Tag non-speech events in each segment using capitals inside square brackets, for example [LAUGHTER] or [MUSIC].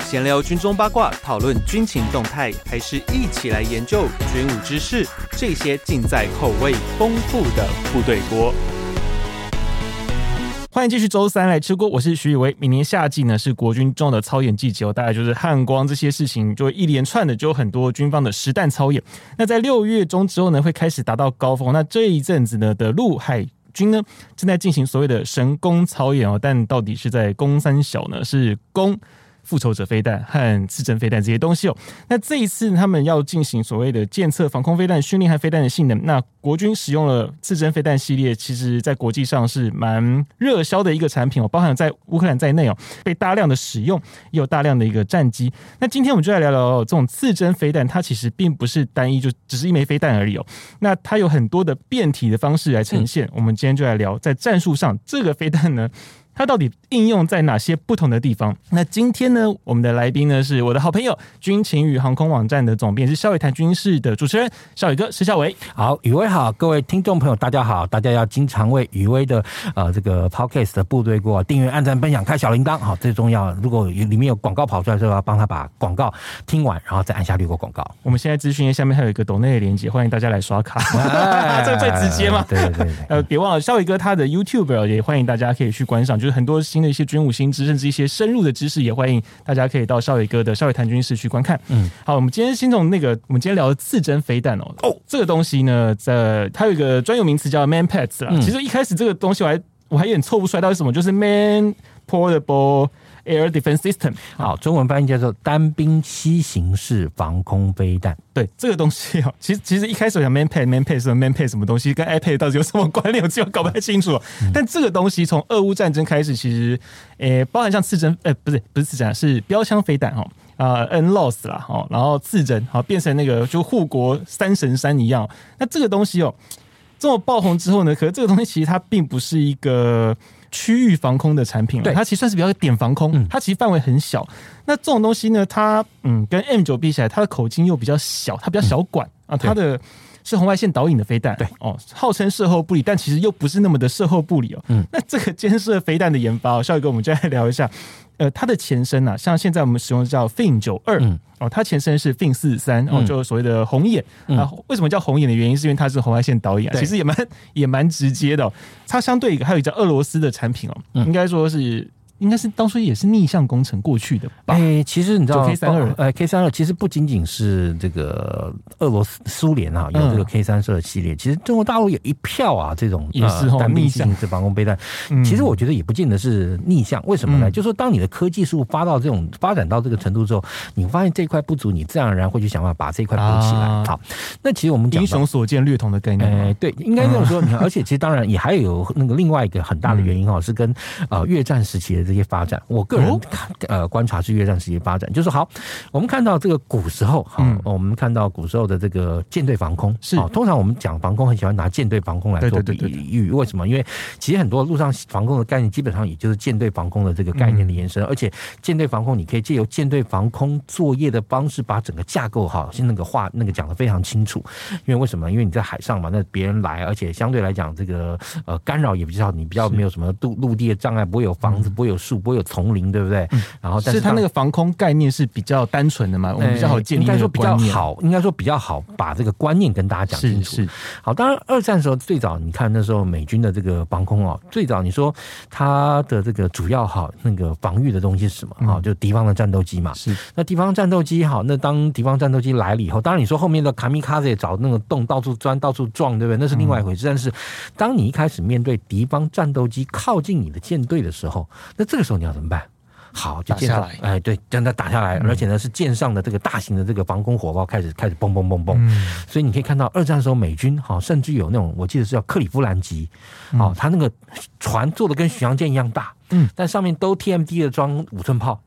闲聊军中八卦，讨论军情动态，还是一起来研究军武知识？这些尽在口味丰富的部队锅。欢迎继续周三来吃锅，我是徐以为。明年夏季呢是国军重要的操演季节哦，大概就是汉光这些事情，就一连串的就有很多军方的实弹操演。那在六月中之后呢，会开始达到高峰。那这一阵子呢的陆海。军呢正在进行所谓的神功操演哦，但到底是在攻三小呢？是攻复仇者飞弹和次针飞弹这些东西哦。那这一次他们要进行所谓的检测防空飞弹训练和飞弹的性能。那国军使用了次针飞弹系列，其实在国际上是蛮热销的一个产品哦，包含在乌克兰在内哦，被大量的使用，也有大量的一个战机。那今天我们就来聊聊哦这种次针飞弹，它其实并不是单一，就只是一枚飞弹而已哦。那它有很多的变体的方式来呈现。我们今天就来聊，在战术上，这个飞弹呢，它到底应用在哪些不同的地方？那今天呢，我们的来宾呢是我的好朋友，军情与航空网站的总编，是少宇谈军事的主持人少宇哥石孝维。好，雨薇好，各位听众朋友，大家好，大家要经常为雨薇的呃这个 podcast 的部队锅订阅、按赞、分享、开小铃铛，好，最重要。如果有里面有广告跑出来的时候，要帮他把广告听完，然后再按下绿过广告，我们现在资讯页下面还有一个抖内的连接，欢迎大家来刷卡， [LAUGHS] 这个最直接嘛。哎对对对对呃，别忘了少宇哥他的 YouTube 呃也欢迎大家可以去观赏，就是很多新的一些军武新知，甚至一些深入的知识，也欢迎大家可以到少宇哥的少宇谈军事去观看。嗯，好，我们今天先从那个，我们今天聊的刺针飞弹哦，哦，这个东西呢，在它有一个专有名词叫 man pets 啦。嗯其实一开始这个东西我还我还有点凑不出来到底是什么，就是 man portable air defense system。好，中文翻译叫做单兵西型式防空飞弹。对这个东西哦， [LAUGHS] 其实其实一开始我想 man pad man pad 什么 man pad 什么东西，跟 iPad 到底有什么关联，我就搞不太清楚、哦。但这个东西从俄乌战争开始，其实诶，包含像刺针，呃，不是不是刺针啊，是标枪飞弹哦。啊、n loss 啦，哦，然后刺针，好、变成那个就护国三神山一样哦、那这个东西哦，这么爆红之后呢，可是这个东西其实它并不是一个区域防空的产品哦，对它其实算是比较点防空，嗯它其实范围很小。那这种东西呢，它嗯跟 M 九比起来，它的口径又比较小，它比较小管、啊，它的。是红外线导引的飞弹，嗯对哦，号称射后不理，但其实又不是那么的射后不理哦。嗯 [LAUGHS] 那这个监视飞弹的研发、哦，少宇哥，我们就来聊一下。呃，它的前身啊，像现在我们使用的叫 Fin 九二、嗯哦，它前身是 Fin 四三，哦，嗯就是所谓的红眼、嗯啊。为什么叫红眼的原因，是因为它是红外线导引、啊，对其实也蛮也蛮直接的哦、它相对一个还有一个叫俄罗斯的产品哦，嗯应该说是应该是当初也是逆向工程过去的吧。哎、其实你知道 K 三二呃，K 三二其实不仅仅是这个俄罗斯苏联啊有这个嗯 K 三二系列，其实中国大陆有一票啊这种也是哦呃、单逆兵向性质防空飞弹，嗯其实我觉得也不见得是逆向，为什么呢？嗯就是说，当你的科技术发到这种发展到这个程度之后，你发现这块不足，你自然而然会去想办法把这块补起来。啊好，那其实我们讲英到。雄所见略同的概念嘛，呃，对，应该这么说。嗯你看，而且其实当然也还有那个另外一个很大的原因哈、哦，是跟呃越战时期的这些发展。我个哦人看、呃观察是越战时期的发展，就是好，我们看到这个古时候哈、嗯我们看到古时候的这个舰队防空是哦通常我们讲防空很喜欢拿舰队防空来做对比对对对喻，为什么？因为其实很多陆上防空的概念基本上也就是舰队防空的这个概念的嗯延伸，而且舰队防空你可以借由舰队防空作业的方式，把整个架构哈，是那个画那个讲的非常清楚。因为为什么？因为你在海上嘛，那别人来，而且相对来讲，这个呃干扰也比较，你比较是没有什么陆陆地的障碍，不会有房子，不会有树，不会有丛林，对不对？然后，哦嗯但是它当那个防空概念是比较单纯的嘛，我们比较好呃建立应该那个说比较观念，好，应该说比较好把这个观念跟大家讲清是楚。是，好，当然二战的时候最早，你看那时候美军的这个防空哦，最早你说它的这个主要哈那个防御的东西是什么啊、嗯就敌方的战斗机嘛。是那敌方战斗机好，那当敌方战斗机来了以后，当然你说后面的卡米卡也找那个洞到处钻、到处撞，对不对？那是另外一回嗯事。但是当你一开始面对敌方战斗机靠近你的舰队的时候，那这个时候你要怎么办？好，就打舰上下来嗯哎，对，将它打下来，而且呢是舰上的这个大型的这个防空火炮开始开始嘣嘣嘣嘣，嗯，所以你可以看到二战时候美军哈，甚至有那种我记得是叫克里夫兰级，哦，它那个船做的跟巡洋舰一样大，嗯，但上面都 TMD 的装五寸炮，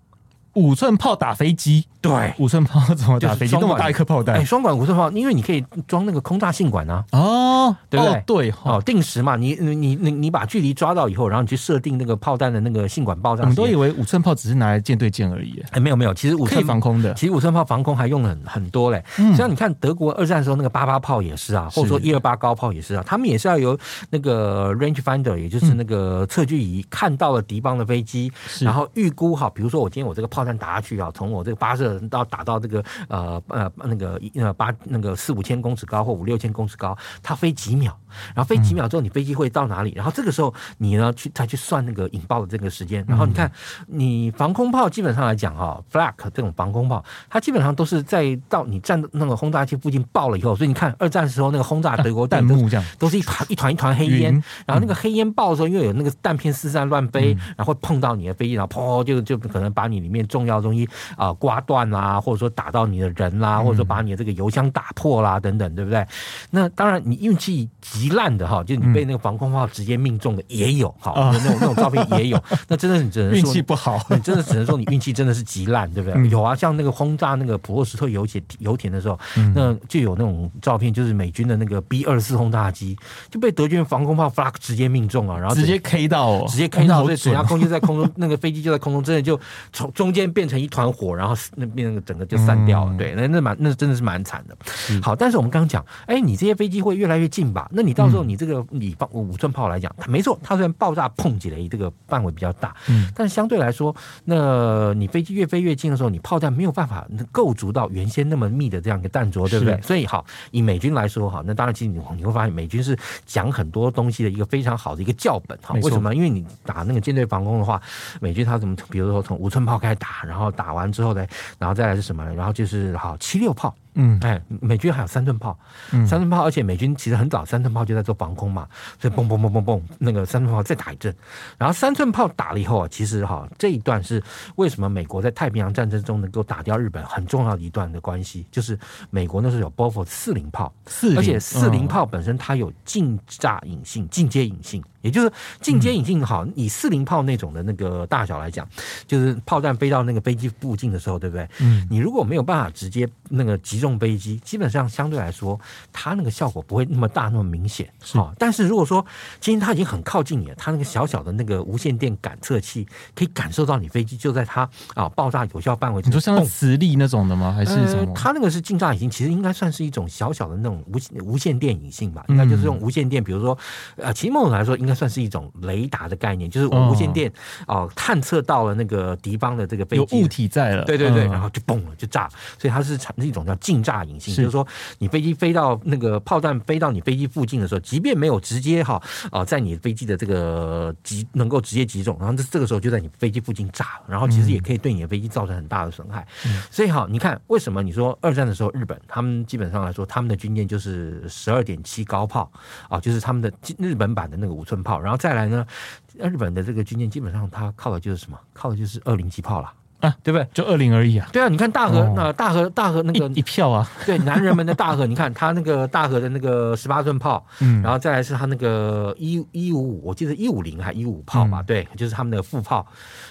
五寸炮打飞机，对。五寸炮怎么打飞机？就是双管那么大一颗炮哎，弹双管五寸炮，因为你可以装那个空炸信管啊，哦，对不对哦对哦哈，，定时嘛，你你你你你把距离抓到以后，然后你去设定那个炮弹的那个信管爆我炸时们间。嗯都以为五寸炮只是拿来舰对舰而已，哎，没有没有，其实五可以寸防空的，嗯其实五寸炮防空还用了很很多嘞。像你看德国二战的时候那个八八炮也是啊，或者说是一二八高炮也是啊，他们也是要由那个 range finder，也就是那个测距仪看到了敌方的飞机，是然后预估好，比如说我今天我这个炮弹打下去啊，从我这个发射到打到这个呃呃那个一呃八那个四五千公尺高或五六千公尺高，它飞几秒，然后飞几秒之后，你飞机会到哪里？然后这个时候你呢去再去算那个引爆的这个时间。然后你看，你防空炮基本上来讲哈、f l a k 这种防空炮，它基本上都是在到你站那个轰炸机附近爆了以后，所以你看二战时候那个轰炸德国弹队都幕这样，都是一团一团一团黑烟云，嗯然后那个黑烟爆的时候，因为有那个弹片四散乱飞，然后碰到你的飞机，然后砰就就可能把你里面重要的东西啊、刮断啦、或者说打到你的人嗯啦、或者说把你的这个油箱打破啦、等等，对不对？那当然，你运气极烂的哈，就你被那个防空炮直接命中的也有，哈、嗯啊那种那种照片也 [LAUGHS] 有，那真的你只能运说气不好。你真的只能说你运气真的是极烂，对不对？嗯有啊，像那个轰炸那个普洛斯特油田油田的时候，那就有那种照片，就是美军的那个 B 二四轰炸机就被德军防空炮 flak 直接命中啊，然后直接整 K 到哦，直接开到，好所以整准架哦空就在空中，那个飞机就在空中，真的就从中间变成一团火，然后那边那个整个就散掉了。嗯对，那那蛮那真的是蛮惨的。好，但是我们刚刚讲，哎，你这些飞机会越来越近吧？那你到时候嗯你这个你放五寸炮来讲，它没错，它虽然爆炸碰起雷这个范围比较大，嗯但是相对来说，那你飞机越飞越近的时候，你炮弹没有办法构筑到原先那么密的这样一个弹着，对不对？是所以好，以美军来说哈，那当然其实你你会发现美军是讲很多东西的一个非常好的一个教本哈没。错为什么？因为你打那个舰队防空的话，美军他怎么，比如说从五寸炮开始打，然后打完之后呢，然后再来是什么呢？然后就是好七六炮，嗯哎，美军还有三寸炮，嗯三寸炮，而且美军其实很早三寸炮就在做防空嘛，所以嘣嘣嘣嘣嘣，那个三寸炮再打一阵，然后三寸炮打了以后啊，其实哈这一段是为什么美国在太平洋战争中能够打掉日本很重要的一段的关系，就是美国那时候有 Beaufort 四零炮，四零，而且四零嗯炮本身它有近炸隐性、进阶隐性，也就是进阶隐性好，嗯以四零炮那种的那个大小来讲，就是炮弹飞到那个飞机附近的时候，对不对？嗯，你如果没有办法直接那个击中飞机，基本上相对来说，它那个效果不会那么大、那么明显。是好但是如果说今天它已经很靠近你了，它那个小小的那个无线电感测器可以感受到你飞机就在它啊爆炸有效范围之你内。说像动磁力那种的吗？还是什呃么？它那个是近炸引信，其实应该算是一种小小的那种无线无线电引信吧，嗯应该就是用无线电，比如说，呃，其实某种来说应该算是一种雷达的概念，就是哦我无线电哦、探测到了那个敌方的这个飞有机物的。体在了，对对对，嗯然后就嘣了，就炸了，所以它是产一种叫近炸引信，是就是说你飞机飞到那个炮弹飞到你飞机附近的时候，即便没有直接哈啊、呃在你飞机的这个击能够直接击中，然后这这个时候就在你飞机附近炸了，然后其实嗯也可以对你的飞机造成很大的损害。所以哈，你看为什么你说二战的时候日本他们基本上来说他们的军舰就是十二点七高炮啊、就是他们的日本版的那个五寸炮，然后再来呢，日本的这个军舰基本上它靠的就是什么？靠的就是二零七炮啦。啊，对不对？就二零而已啊，对啊，你看大河哦，那、大河大河那个一一票啊，对男人们的大河，你看他那个大河的那个十八寸炮，嗯然后再来是他那个一一五五，我记得一五零还一五炮嗯吧，对，就是他们的副炮，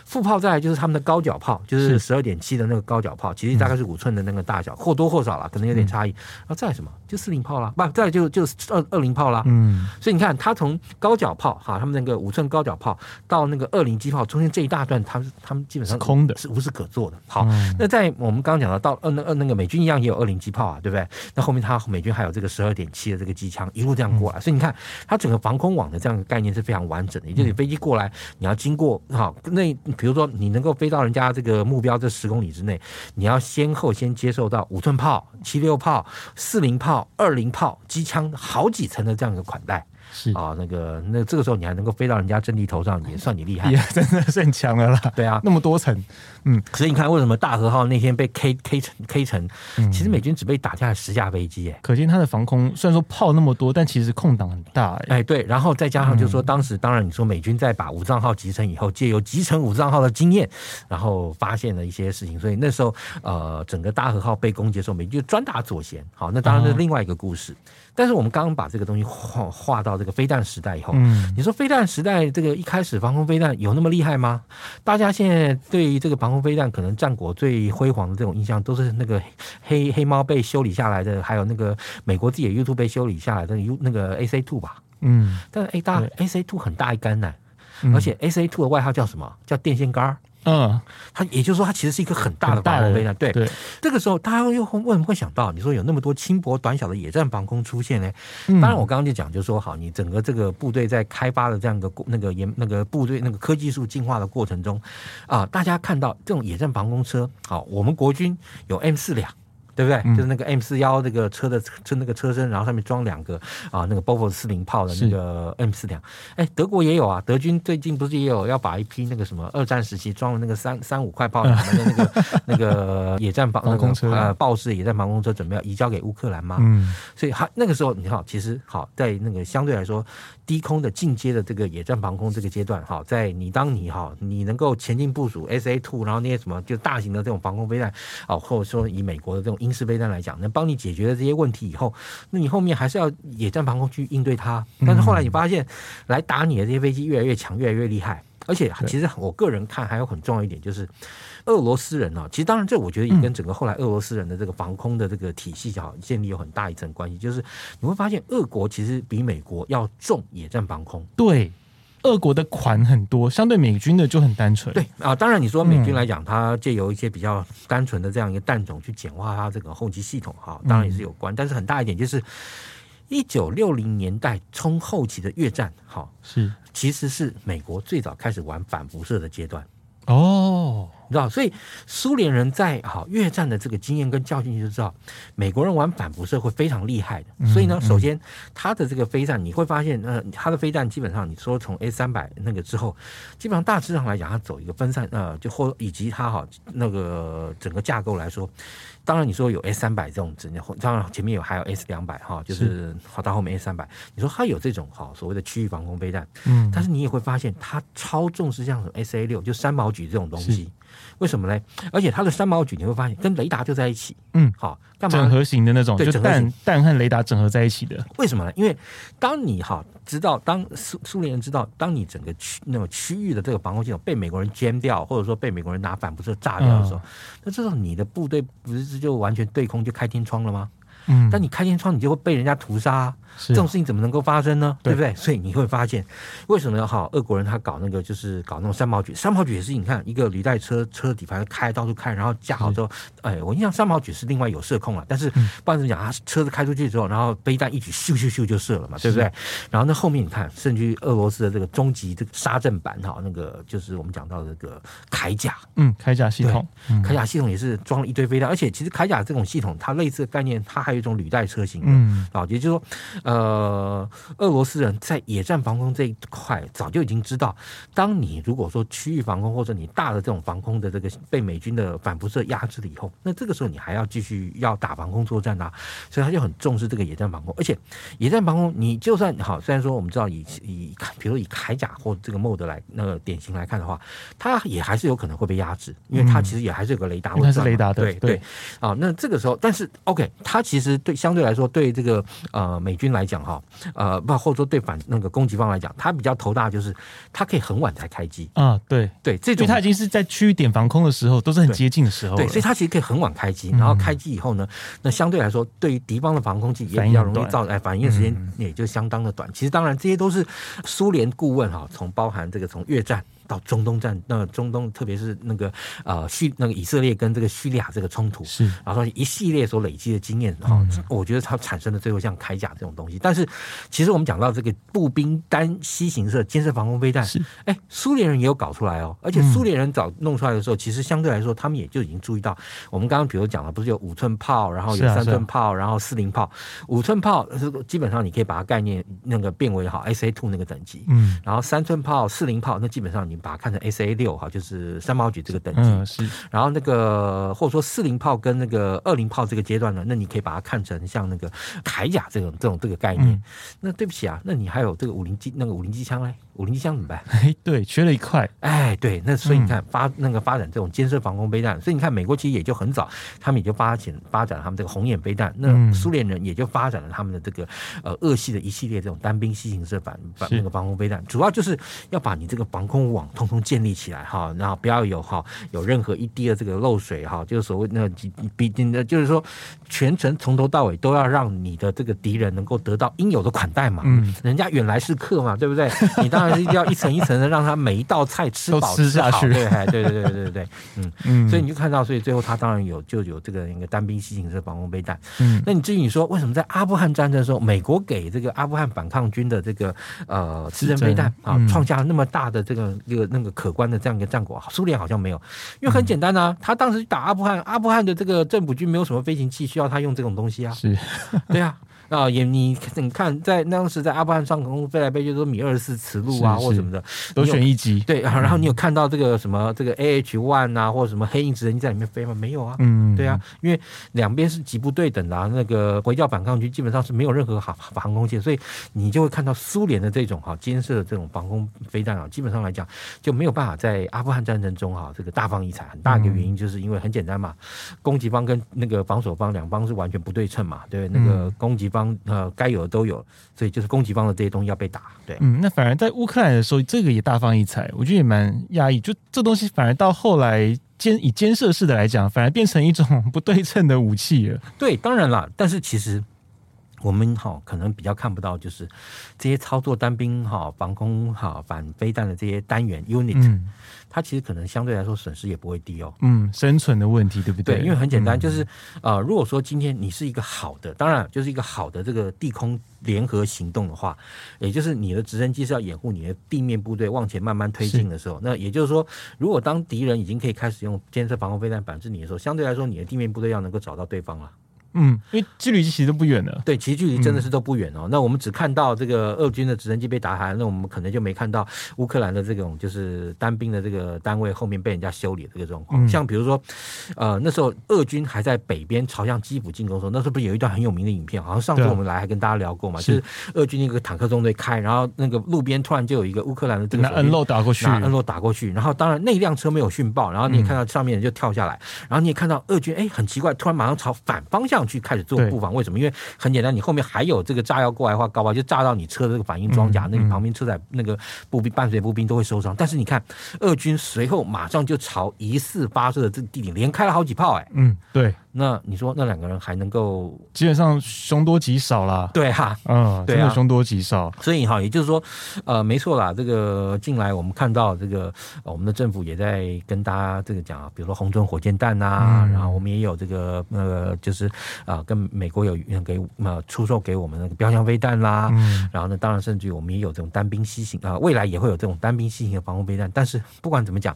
副炮再来就是他们的高脚炮，就是十二点七的那个高脚炮，其实嗯大概是五寸的那个大小，或多或少啦，可能有点差异。然后再来什么，就四零炮啦，不，再来就就二二零炮啦。嗯，所以你看，他从高脚炮哈，他们那个五寸高脚炮到那个二零机炮中间这一大段，他们他们基本上是空的是无事可做的。好，嗯那在我们刚刚讲到到呃那呃那个美军一样也有二零机炮啊，对不对？那后面他美军还有这个十二点七的这个机枪一路这样过来，所以你看它整个防空网的这样的概念是非常完整的，也就是飞机过来，你要经过好那比如说你能够飞到人家这个目标这十公里之内，你要先后先接受到五寸炮、七六炮、四零炮、二零炮机枪好几层的这样一个款待。是啊、那个那这个时候你还能够飞到人家阵地头上，也算你厉 [LAUGHS] 害也。真的是很强了啦，对啊，那么多层，所以你看为什么大和号那天被 K K 成 K 成，其实美军只被打下了十架飞机耶。可见它的防空虽然说炮那么多，但其实空档很大哎、哎，对，然后再加上就是说，当时当然你说美军在把武藏号集成以后，借由集成武藏号的经验，然后发现了一些事情，所以那时候呃，整个大和号被攻击的时候，美军就专打左舷。好，那当然是另外一个故事。但是我们刚刚把这个东西画画到这个飞弹时代以后，嗯，你说飞弹时代这个一开始防空飞弹有那么厉害吗？大家现在对于这个防空飞弹，可能战果最辉煌的这种印象，都是那个黑黑猫被修理下来的，还有那个美国自己的 U two 被修理下来的 U 那个 AC two 吧。嗯但是哎，大 AC two 很大一杆呢、嗯而且 AC two 的外号叫什么？叫电线杆儿。嗯，它也就是说，它其实是一个很大的很大防空的飞弹。对，对，这个时候大家又会为什么会想到，你说有那么多轻薄短小的野战防空出现呢？嗯当然，我刚刚就讲，就说好，你整个这个部队在开发的这样一个过那个研那个部队那个科技术进化的过程中，啊、大家看到这种野战防空车，好，我们国军有 M 四两。对不对？嗯就是那个 M 四幺这个车的车那个车身，然后上面装两个啊，那个 Bofors 四零炮的那个 M 四两。哎，德国也有啊，德军最近不是也有要把一批那个什么二战时期装了那个三三五 [LAUGHS] 块炮弹的那个、那个野战防防空车那个呃豹式野战防空车，准备要移交给乌克兰吗？嗯，所以它那个时候，你好，其实好在那个相对来说低空的进阶的这个野战防空这个阶段，好，在你当你哈你能够前进部署 SA two，然后那些什么就大型的这种防空飞弹，哦，或者说以美国的这种英式飞弹来讲，能帮你解决了这些问题以后，那你后面还是要野战防空去应对它。但是后来你发现，来打你的这些飞机越来越强，越来越厉害。而且，对其实我个人看还有很重要一点，就是俄罗斯人啊，其实当然这我觉得也跟整个后来俄罗斯人的这个防空的这个体系哈建立有很大一层关系。就是你会发现，俄国其实比美国要重野战防空。对，俄国的款很多，相对美军的就很单纯。对，啊，当然你说美军来讲，它借由一些比较单纯的这样一个弹种去简化它这个后期系统哈，当然也是有关。但是很大一点就是，一九六零年代冲后期的越战，哈，是其实是美国最早开始玩反辐射的阶段。哦，你知道，所以苏联人在啊越战的这个经验跟教训就知道，美国人玩反辐射会非常厉害的。所以呢，首先他的这个飞弹，你会发现，呃，他的飞弹基本上你说从 A 三百那个之后，基本上大致上来讲，它走一个分散，呃，就或以及它哈那个整个架构来说，当然你说有 S 三百这种指，当然前面有还有 S 两百哈，就是好到后面 S 三百，你说它有这种哈所谓的区域防空飞弹，嗯，但是你也会发现，它超重视像什么 S A 六，就三毛榉这种东西。为什么呢？而且它的三毛榉你会发现跟雷达就在一起。嗯，好，干整嘛？合型的那种，对就整合弹型弹和雷达整合在一起的。为什么呢？因为当你哈知道，当苏苏联人知道，当你整个区那种区域的这个防空系统被美国人歼掉，或者说被美国人拿反辐射炸掉的时候，嗯那这时候你的部队不是就完全对空就开天窗了吗？嗯，但你开天窗，你就会被人家屠杀、啊。是这种事情怎么能够发生呢？对对不对？所以你会发现，为什么呢哈？俄国人他搞那个就是搞那种三毛榉，三毛榉也是你看一个履带车车底盘开到处开，然后架好之后，哎，我印象三毛榉是另外有射控了，但是不然怎么讲，他车子开出去之后，然后飞弹一举咻咻咻就射了嘛，对不对？然后那后面你看，甚至于俄罗斯的这个终极这个沙阵版哈，那个就是我们讲到的这个铠甲，嗯，铠甲系统，嗯铠甲系统也是装了一堆飞弹，而且其实铠甲这种系统，它类似的概念，它还有一种履带车型的。嗯啊，也就是说，呃，俄罗斯人在野战防空这一块早就已经知道，当你如果说区域防空或者你大的这种防空的这个被美军的反辐射压制了以后，那这个时候你还要继续要打防空作战啊，所以他就很重视这个野战防空，而且野战防空你就算好，虽然说我们知道以以比如说以铠甲或这个 mod 来那个典型来看的话，它也还是有可能会被压制，因为它其实也还是有个雷达因会为转嘛，它是雷达的对对对啊，那这个时候，但是 OK，它其实对相对来说对这个呃美军来讲哈，呃，不或者说对反那个攻击方来讲，它比较头大就是它可以很晚才开机，啊，对，对这因为种它已经是在区域点防空的时候，都是很嗯对接近的时候了对，所以它其实可以很晚开机，然后开机以后呢，那相对来说，对于敌方的防空器也比较反应很容易短嗯造哎反应时间也就相当的短。其实当然这些都是苏联顾问哈，从包含这个从越战。到中东战，那中东特别是那个呃叙那个以色列跟这个叙利亚这个冲突，是然后一系列所累积的经验哈、嗯我觉得它产生的最后像铠甲这种东西。但是其实我们讲到这个步兵单西型式监视防空飞弹，是嗯哎，苏联人也有搞出来哦，而且苏联人早弄出来的时候，其实相对来说，他们也就已经注意到，我们刚刚比如讲了，不是有五寸炮，然后是有啊三是寸啊炮，然后四零炮，五寸炮呃这个基本上你可以把它概念那个变为好 SA two 那个等级，嗯然后三寸炮、四零炮，那基本上你把它看成 SA 六哈，就是三毛举这个等级，嗯是 [LAUGHS] 然后那个或者说四零炮跟那个二零炮这个阶段呢，那你可以把它看成像那个铠甲这种这种这个概念。嗯那对不起啊，那你还有这个五零机那个五零机枪嘞，五零机枪怎么办？哎对，缺了一块，哎，对，那所以你看嗯发那个发展这种监射防空飞弹，所以你看美国其实也就很早，他们也就发展发展了他们这个红眼飞弹，嗯那苏联人也就发展了他们的这个呃俄系的一系列这种单兵西型式反反是那个防空飞弹，主要就是要把你这个防空网网通通建立起来哈，然后不要有哈有任何一滴的这个漏水哈，就是所谓那比那就是说全程从头到尾都要让你的这个敌人能够得到应有的款待嘛，嗯，人家远来是客嘛， [LAUGHS] 对 [LAUGHS] 不对？你当然是要一层一层的让他每一道菜吃都饱吃下好去对，哎对对对对对，嗯， [LAUGHS] 嗯所以你就看到，所以最后他当然有就有这个一个单兵西行式防空飞弹。嗯那你至于你说为什么在阿富汗战争的时候，美国给这个阿富汗反抗军的这个呃指私针人飞弹啊嗯，创下那么大的这个一个那个可观的这样一个战果？苏联好像没有，因为很简单啊，他当时去打阿富汗，阿富汗的这个政府军没有什么飞行器需要他用这种东西啊，是 [LAUGHS] 对啊。啊、也你你看，在当时在阿富汗上空飞来飞去都是米二十四磁路啊，是或是什么的，都你有选一级，对，啊然后你有看到这个什么这个 A H one 啊，或者什么黑鹰直升机在里面飞吗？没有啊。嗯，对啊，因为两边是极不对等的、啊，那个回教反抗军基本上是没有任何航航空线，所以你就会看到苏联的这种哈监射的这种防空飞弹啊，基本上来讲就没有办法在阿富汗战争中哈这个大放异彩。很大一个原因就是因为很简单嘛，嗯攻击方跟那个防守方两方是完全不对称嘛，对不对？那个嗯攻击方呃该有的都有，所以就是攻击方的这些东西要被打，对。嗯，那反而在乌克兰的时候，这个也大放异彩，我觉得也蛮压抑。就这东西反而到后来监以监射式的来讲，反而变成一种 [LAUGHS] 不对称的武器了。对，当然啦，但是其实我们哈、可能比较看不到，就是这些操作单兵哈、防空哈、反飞弹的这些单元 unit，、嗯它其实可能相对来说损失也不会低哦。嗯，生存的问题，对不嗯对，因为很简单，就是是呃，如果说今天你是一个好的，当然就是一个好的这个地空联合行动的话，也就是你的直升机是要掩护你的地面部队往前慢慢推进的时候，那也就是说，如果当敌人已经可以开始用监测防空飞弹反制你的时候，相对来说你的地面部队要能够找到对方了。嗯，因为距离其实都不远了。嗯对，其实距离真的是都不远哦。那我们只看到这个俄军的直升机被打喊，那我们可能就没看到乌克兰的这种就是单兵的这个单位后面被人家修理的这个状况。嗯像比如说，呃，那时候俄军还在北边朝向基辅进攻的时候，那时候不是有一段很有名的影片？好像上次对啊我们来还跟大家聊过嘛，是就是俄军那个坦克中队开，然后那个路边突然就有一个乌克兰的这个拿手恩榴漏打过去，拿恩洛打过去，然后当然那辆车没有殉爆，然后你也看到上面人就跳下来，然后你也看到俄军哎很奇怪，突然马上朝反方向去开始做对布防，为什么？因为很简单，你后面还有这个炸药过来的话，搞不好就炸到你车的这个反应装甲，嗯那你嗯旁边车载那个步兵伴随步兵都会受伤。但是你看，俄军随后马上就朝疑似发射的这个地点连开了好几炮，哎，嗯，对，那你说那两个人还能够基本上凶多吉少啦。对哈、嗯，对真啊的凶多吉少。所以哈，也就是说，呃，没错啦，这个近来我们看到这个、呃我们的政府也在跟大家这个讲啊，比如说红中火箭弹呐、嗯然后我们也有这个呃，就是啊、呃跟美国有呃给呃出售给我们那个标枪飞弹啦，嗯，然后呢，当然甚至于我们也有这种单兵西行啊、未来也会有这种单兵西行的防空飞弹，但是不管怎么讲。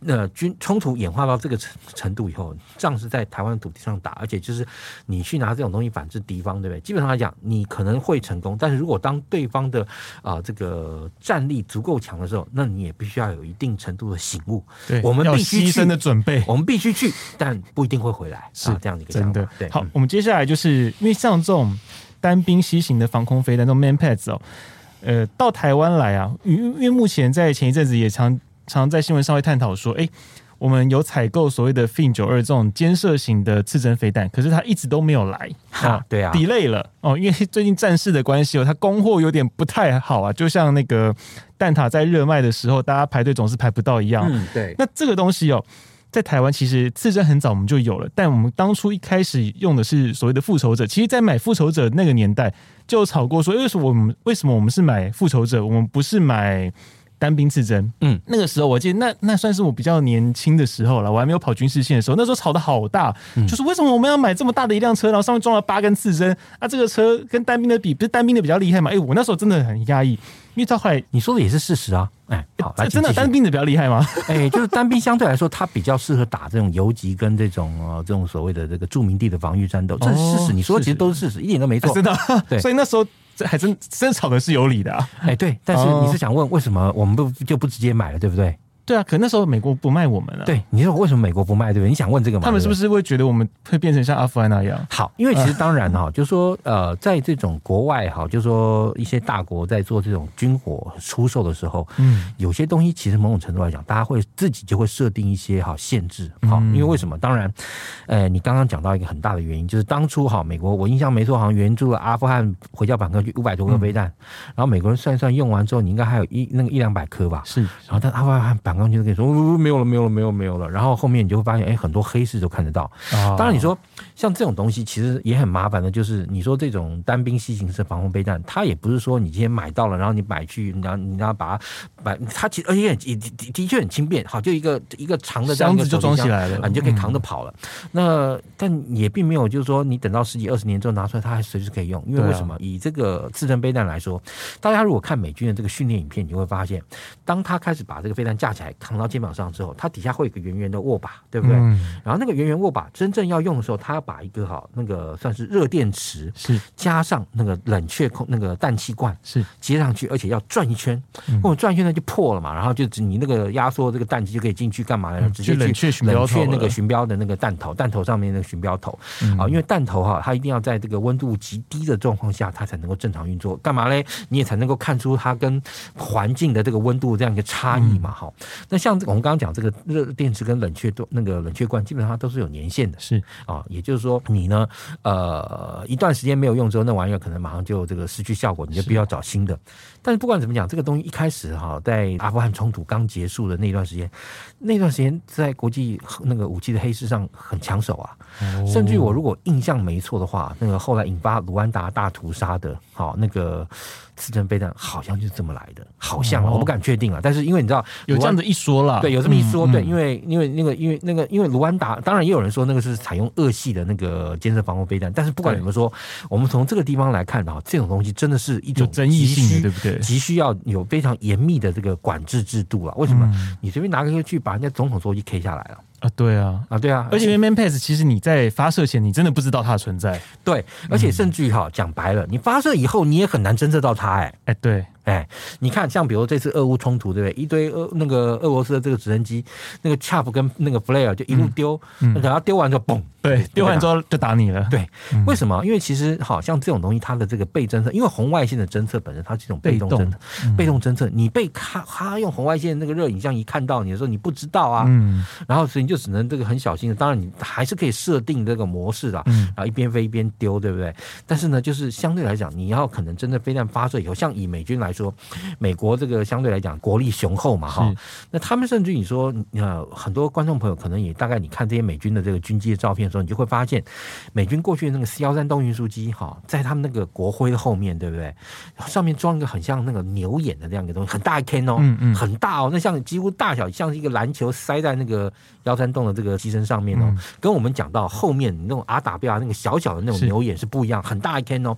那、军冲突演化到这个程程度以后，仗是在台湾土地上打，而且就是你去拿这种东西反制敌方，对不对？基本上来讲，你可能会成功，但是如果当对方的啊、这个战力足够强的时候，那你也必须要有一定程度的醒悟，对，我们要必须牺牲去的准备。我们必须去，但不一定会回来，是啊、这样的一个真想的法。对，嗯好，我们接下来就是因为像这种单兵西行的防空飞弹，这种 manpads 哦，呃，到台湾来啊，因为因为目前在前一阵子也常常在新闻上会探讨说，诶，我们有采购所谓的 Fin 九二这种监射型的刺针飞弹，可是它一直都没有来，哈、对啊， delay 了哦，因为最近战事的关系哦，它供货有点不太好啊，就像那个蛋挞在热卖的时候，大家排队总是排不到一样。嗯，对，那这个东西哦，在台湾其实刺针很早我们就有了，但我们当初一开始用的是所谓的复仇者。其实，在买复仇者那个年代，就有吵过说，哎为什么我们为什么我们是买复仇者，我们不是买单兵刺针？嗯，那个时候我记得，那那算是我比较年轻的时候了，我还没有跑军事线的时候，那时候吵得好大，嗯就是为什么我们要买这么大的一辆车，然后上面装了八根刺针啊？这个车跟单兵的比，不是单兵的比较厉害嘛？哎、我那时候真的很压抑，因为到后来。哎你说的也是事实啊。哎，好，来，真的请继续单兵的比较厉害吗？哎、就是单兵相对来说，它比较适合打这种游击跟这种呃这种所谓的这个著名地的防御战斗，这是事哦实。你说的是其实都是事实，一点都没错真。的、对所以那时候这还真真吵的是有理的、啊。哎、对，但是哦你是想问为什么我们不就不直接买了，对不对？对啊，可那时候美国不卖我们了、啊，，对，你说为什么美国不卖，对不对？你想问这个吗？他们是不是？是会觉得我们会变成像阿富汗那样？好，因为其实当 [LAUGHS] 然哈、就是说呃，在这种国外哈，就是说一些大国在做这种军火出售的时候，嗯，有些东西其实某种程度来讲，大家会自己就会设定一些哈限制哈，嗯因为为什么？当然，呃，你刚刚讲到一个很大的原因，就是当初哈，美国我印象没错，好像援助了阿富汗回教坦克五百多颗飞弹，嗯然后美国人算一算用完之后，你应该还有一那个一两百颗吧。是，然后但阿富汗反抗军就跟你说、哦没有了，没有了，没有了没有了。然后后面你就会发现，哎，很多黑市都看得到。啊当然，你说像这种东西其实也很麻烦的，就是你说这种单兵西行式防空飞弹，它也不是说你今天买到了，然后你买去，然后你然后把它把它其实而且也的的的确很轻便，好，就一个一个长的这样箱一个子就手装提起箱。来了，啊，你就可以扛嗯着跑了。那但也并没有，就是说你等到十几二十年之后拿出来，它还随时可以用。因为对啊为什么？以这个自针飞弹来说，大家如果看美军的这个训练影片，你就会发现，当他开始把这个飞弹架起来扛到肩膀上之后，它底下会有一个圆圆的握把，对不对？嗯，然后那个圆圆握把真正要用的时候，它要把一个哈那个算是热电池是加上那个冷却空那个氮气罐是，接上去，而且要转一圈嗯，或者转一圈呢就破了嘛，然后就只你那个压缩这个氮气就可以进去干嘛呢？嗯直接去冷却去巡标冷头却那了个巡标的那个弹头，弹头上面那个巡标头嗯啊，因为弹头哈，它一定要在这个温度极低的状况下，它才能够正常运作。干嘛嘞？你也才能够看出它跟环境的这个温度这样一个差异嗯嘛。哈，那像这个我们刚刚讲这个热电池跟冷却都那个冷却罐，基本上它都是有年限的。是啊，也就是说你呢，呃，一段时间没有用之后，那玩意儿可能马上就这个失去效果，你就必须要找新的。但是不管怎么讲，这个东西一开始哈，在阿富汗冲突刚结束的那段时间，那段时间在国际那个武器的黑市上很抢手啊。哦甚至于我如果印象没错的话，那个后来引发卢安达大屠杀的，好那个刺针飞弹好像就是这么来的，好像啊、哦我不敢确定啊。但是因为你知道有这样子一说啦，对，有这么一说，嗯对，嗯因为因为那个因为那个因为卢安达，当然也有人说那个是采用俄系的那个监射防空飞弹，但是不管对怎么说，我们从这个地方来看啊，这种东西真的是一有种争议性的，急需对不对？急需要有非常严密的这个管制制度啊。为什么？嗯你随便拿个去把人家总统座机 K 下来了啊，对啊，啊？对啊，而且 Man Man Pass 其实你在发射前，你真的不知道它的存在。对，而且甚至于哈，讲白了，你发射以后你也很难侦测到它哎、哎，对，哎，你看，像比如这次俄乌冲突，对不对？一堆俄那个俄罗斯的这个直升机，那个 Chap 跟那个 Flare 就一路丢，嗯嗯然后丢完之后嘣，对，丢完之后就打你了。啊对，嗯为什么？因为其实好像这种东西，它的这个被侦测，因为红外线的侦测本身它是一种被动侦测，嗯被动侦测，你被咔咔用红外线那个热影像一看到你的时候，你不知道啊，嗯然后所以你就只能这个很小心的，当然你还是可以设定这个模式啦，嗯然后一边飞一边丢，对不对？但是呢，就是相对来讲，你要可能真的飞弹发射以后，像以美军来说，美国这个相对来讲国力雄厚嘛，哈是，那他们甚至你说，呃，很多观众朋友可能也大概你看这些美军的这个军机的照片的时候，你就会发现，美军过去的那个 C 幺三动运输机哈，在他们那个国徽的后面，对不对？上面装一个很像那个牛眼的这样一个东西，很大一 can 哦，嗯嗯很大哦，那像几乎大小像是一个篮球塞在那个幺三洞的这个机身上面哦，嗯跟我们讲到后面那种 RW 啊那个小小的那种是牛眼是不一样，很大一 can 哦。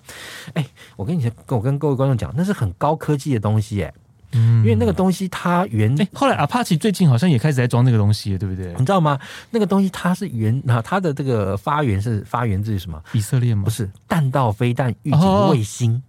哎，我跟你讲，我跟各位观众讲，那是很高科技的东西哎，嗯因为那个东西它原、哎，后来 Apache 最近好像也开始在装这个东西了，对不对？你知道吗？那个东西它是源啊，它的这个发源是发源自于什么？以色列吗不？是弹道飞弹预警卫 [LAUGHS] 星。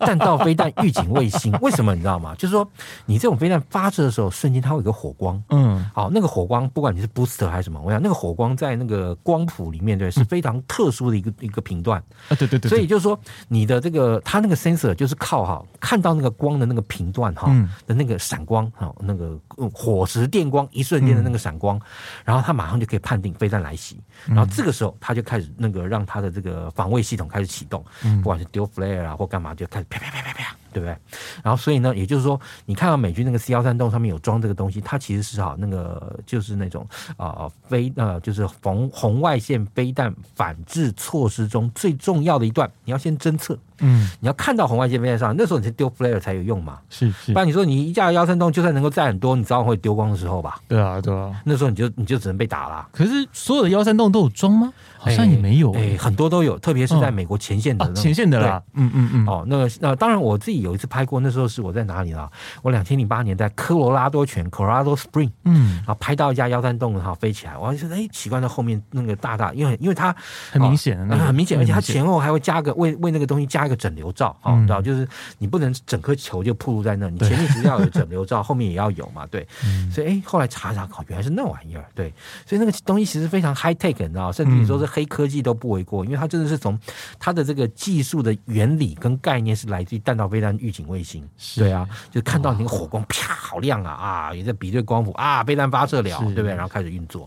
弹道飞弹预警卫星，为什么你知道吗？就是说，你这种飞弹发射的时候，瞬间它会有一个火光，嗯，好，那个火光，不管你是 booster 还是什么，我想那个火光在那个光谱里面，对，是非常特殊的一个一个频段。啊，对对对，对所以就是说，你的这个它那个 sensor 就是靠哈，看到那个光的那个频段哈、嗯的那个闪光哈，那个嗯火石电光一瞬间的那个闪光，然后它马上就可以判定飞弹来袭，然后这个时候它就开始那个让它的这个防卫系统开始启动，嗯不管是丢 flare 啊或干嘛，就开始啪啪啪啪啪。对不对？然后所以呢，也就是说，你看到美军那个 C 幺三洞上面有装这个东西，它其实是哈那个呃就是那种啊飞呃就是红红外线飞弹反制措施中最重要的一段，你要先侦测，嗯你要看到红外线飞弹上，那时候你是丢 flare 才有用嘛。是是不，然你说你一架幺三洞就算能够载很多，你早晚会丢光的时候吧，对啊对啊。那时候你就你就只能被打啦、可是所有的幺三洞都有装吗？好像也没有哎、哎很多都有，特别是在嗯美国前线的啊那，种、前线的啦，嗯嗯嗯对。，哦，那个那当然，我自己有一次拍过，那时候是我在哪里啦？我两千零八年在科罗拉多泉 （Colorado Spring），嗯然，后拍到一架幺三洞，然后飞起来，我还觉得哎，奇怪，那后面那个大大，因为因为它很明显的那呃个，很明显，而且它很明显前后还会加个为为那个东西加加一个整流罩，哈、嗯知道就是你不能整颗球就暴露在那，你对前面只要有 [LAUGHS] 整流罩，后面也要有嘛，对。嗯所以哎、后来查查，靠，原来是那玩意儿，对。所以那个东西其实非常 high tech，你知道，甚至于说是黑科技都不为过，因为它真的是从它的这个技术的原理跟概念是来自于弹道飞弹预警卫星，对啊，就看到你哦那个火光啪好亮啊啊，也在比对光谱啊，飞弹发射了，是对不对？然后开始运作，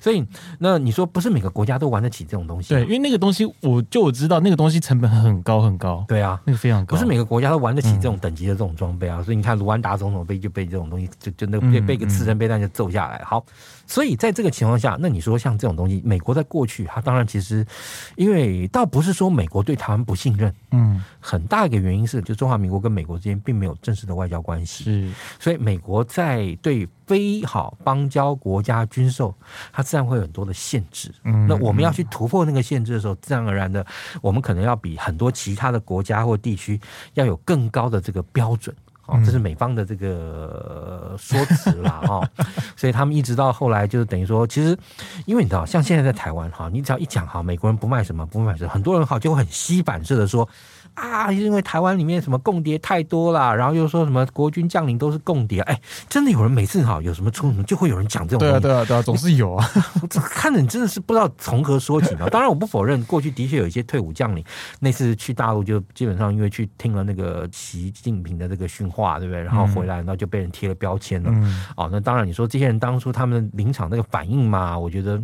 所以那你说不是每个国家都玩得起这种东西、啊，对，因为那个东西，我就我知道那个东西成本很高很高，对啊，那个非常高，不是每个国家都玩得起这嗯种等级的这种装备啊，所以你看卢安达总统被就被这种东西就就那个被嗯被一个刺针飞弹就揍下来。好，所以在这个情况下，那你说像这种东西，美国在过去，它当然其实因为倒不是说美国对台湾不信任，嗯很大一个原因是就中华民国跟美国之间并没有正式的外交关系，是所以美国在对非好邦交国家军售，它自然会有很多的限制。嗯那我们要去突破那个限制的时候，自然而然的，我们可能要比很多其他的国家或地区要有更高的这个标准。哦，嗯这是美方的这个呃说辞 [LAUGHS] 啦，哦，所以他们一直到后来就是等于说，其实因为你知道，像现在在台湾哈，你只要一讲哈，美国人不卖什么不卖什么，很多人哈就会很吸反式的说啊，因为台湾里面什么共谍太多啦，然后又说什么国军将领都是共谍，哎，真的有人每次哈有什么冲突，就会有人讲这种对东西啊，对啊对啊，总是有啊，我这看着你真的是不知道从何说起 [LAUGHS] 呢。当然，我不否认过去的确有一些退伍将领，那次去大陆就基本上因为去听了那个习近平的这个训话，对不对？然后回来，然后就被人贴了标签了。 [LAUGHS] 嗯哦，那当然，你说这些人当初他们临场那个反应嘛，我觉得，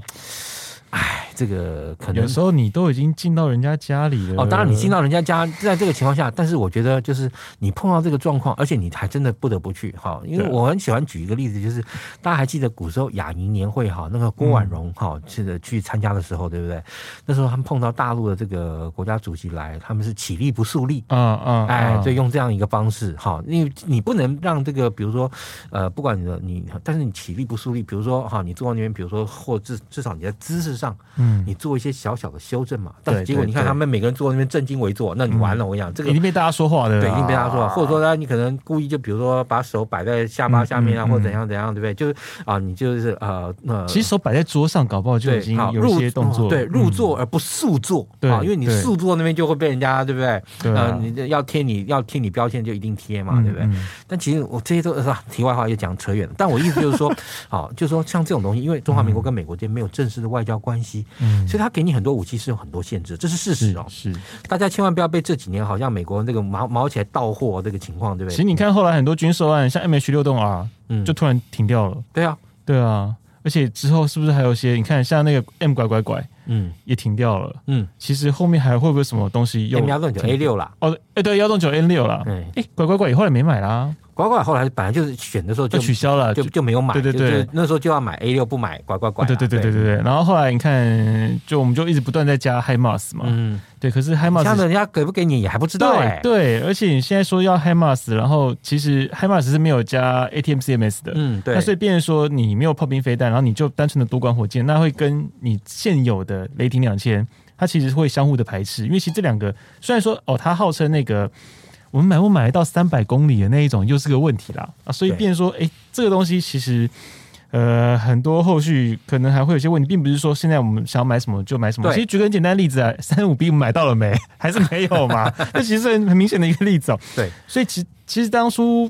哎，这个可能有时候你都已经进到人家家里了，哦，当然你进到到人家家，在这个情况下，但是我觉得就是你碰到这个状况，而且你还真的不得不去哈，因为对我很喜欢举一个例子，就是大家还记得古时候雅尼年会哈，那个郭婉嗯容哈，是的去参加的时候，对不对？那时候他们碰到大陆的这个国家主席来，他们是起立不肃立。啊啊，哎，啊对，，用这样一个方式，哈，因为你不能让这个，比如说，呃，不管你的你，但是你起立不肃立，比如说哈，你坐到那边，比如说，或至至少你在姿势上，嗯，你做一些小小的修正嘛。但是对结果对你看对嗯他们每个人坐在那边正襟危坐，那你完了，我跟你讲，这个一定被大家说话的啦，对，一定被他说，或者说呢，你可能故意就比如说把手摆在下巴下面啊，嗯嗯或者怎样怎样，对不对？就是啊，你就是呃呃，其实手摆在桌上，搞不好就已对，经好有一入哦些动作，对，入嗯座而不速坐，对啊，因为你对速坐那边就会被人家，对不对？对啊呃，你这要贴你要贴你标签就一定贴嘛，嗯对不对？嗯但其实我这些都是吧，题外话又讲扯远了。但我意思就是 [LAUGHS] 说，好，就是说像这种东西，因为中华民国跟美国之间没有正式的外交关系，嗯所以他给你很多武器是有很多限制，这是事实是哦。是，大家千万不要被这几年好像美国这个毛毛起来到货这个情况，对不其对？实你看后来很多军售案，像 M H 六栋 R 嗯就突然停掉了，对啊，对啊，而且之后是不是还有一些？你看像那个 M 拐拐拐嗯也停掉了，嗯哎其实后面还会不会什么东西又，M 幺六九 A 六啦，哦，哎对，幺洞九 N 六啦，对，哎拐拐拐也后来没买啦，乖乖后来本来就是选的时候就就取消了，就就没有买，对对对就就那时候就要买 A 六不买乖乖乖啦，对对对对对对，然后后来你看，就我们就一直不断在加 HiMars 嘛，嗯，对，可是 HiMars 像人家给不给你也还不知道哎对，对，而且你现在说要 HiMars，然后其实 HiMars 是没有加 ATMCMS 的，嗯对那，所以变成说你没有炮兵飞弹，然后你就单纯的多管火箭，那会跟你现有的雷霆两千，它其实会相互的排斥，因为其实这两个虽然说哦，它号称那个我们买不买得到三百公里的那一种又是个问题啦啊，所以对变成说，哎、这个东西其实。呃，很多后续可能还会有些问题，并不是说现在我们想要买什么就买什么。对其实举个很简单的例子啊，三五 B 我们买到了没？还是没有 [LAUGHS] 嘛？那其实是很很明显的一个例子哦。对所以其其实当初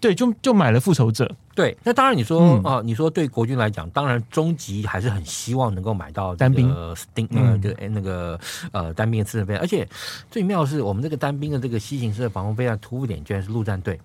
对就就买了复仇者，对，那当然你说嗯啊，你说对国军来讲，当然终极还是很希望能够买到单兵呃，丁呃，嗯就那个呃单兵的刺针飞弹，而且最妙的是我们这个单兵的这个西型式的防空飞弹突破点居然是陆战队，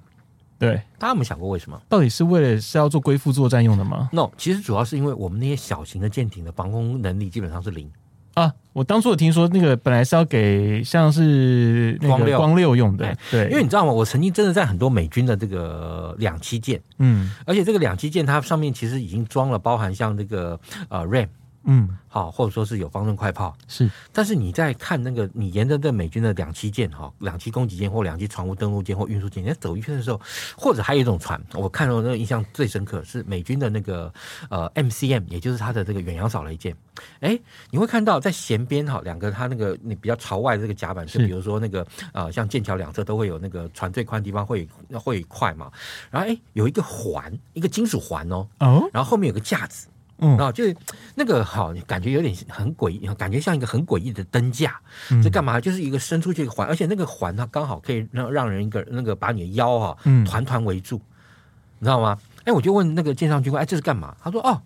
对，大家有没有想过为什么到底是为了是要做归附作战用的吗？ ？No，其实主要是因为我们那些小型的舰艇的防空能力基本上是零。啊，我当初有听说那个本来是要给像是那光个六光六用的哎，对，因为你知道吗？我曾经真的在很多美军的这个两栖舰，嗯而且这个两栖舰它上面其实已经装了包含像这个呃 RAM 嗯好、或者说是有方阵快炮。是但是你在看那个，你沿着这美军的两栖舰哈、两栖攻击舰或两栖船坞登陆舰或运输舰，你在走一圈的时候，或者还有一种船，我看到那个印象最深刻是美军的那个呃 MCM，也就是它的这个远洋扫雷舰。哎，你会看到在舷边哈、两个它那个你比较朝外的这个甲板，就是比如说那个呃，像剑桥两侧都会有那个船最宽的地方会有会有一块嘛，然后哎有一个环，一个金属环哦，哦然后后面有个架子。嗯啊，就是那个好，感觉有点很诡异，感觉像一个很诡异的灯架，嗯这干嘛？就是一个伸出去一个环，而且那个环它刚好可以让让人一个那个把你的腰哈、嗯团团围住，你知道吗？哎，我就问那个建商军官，哎，这是干嘛？他说哦，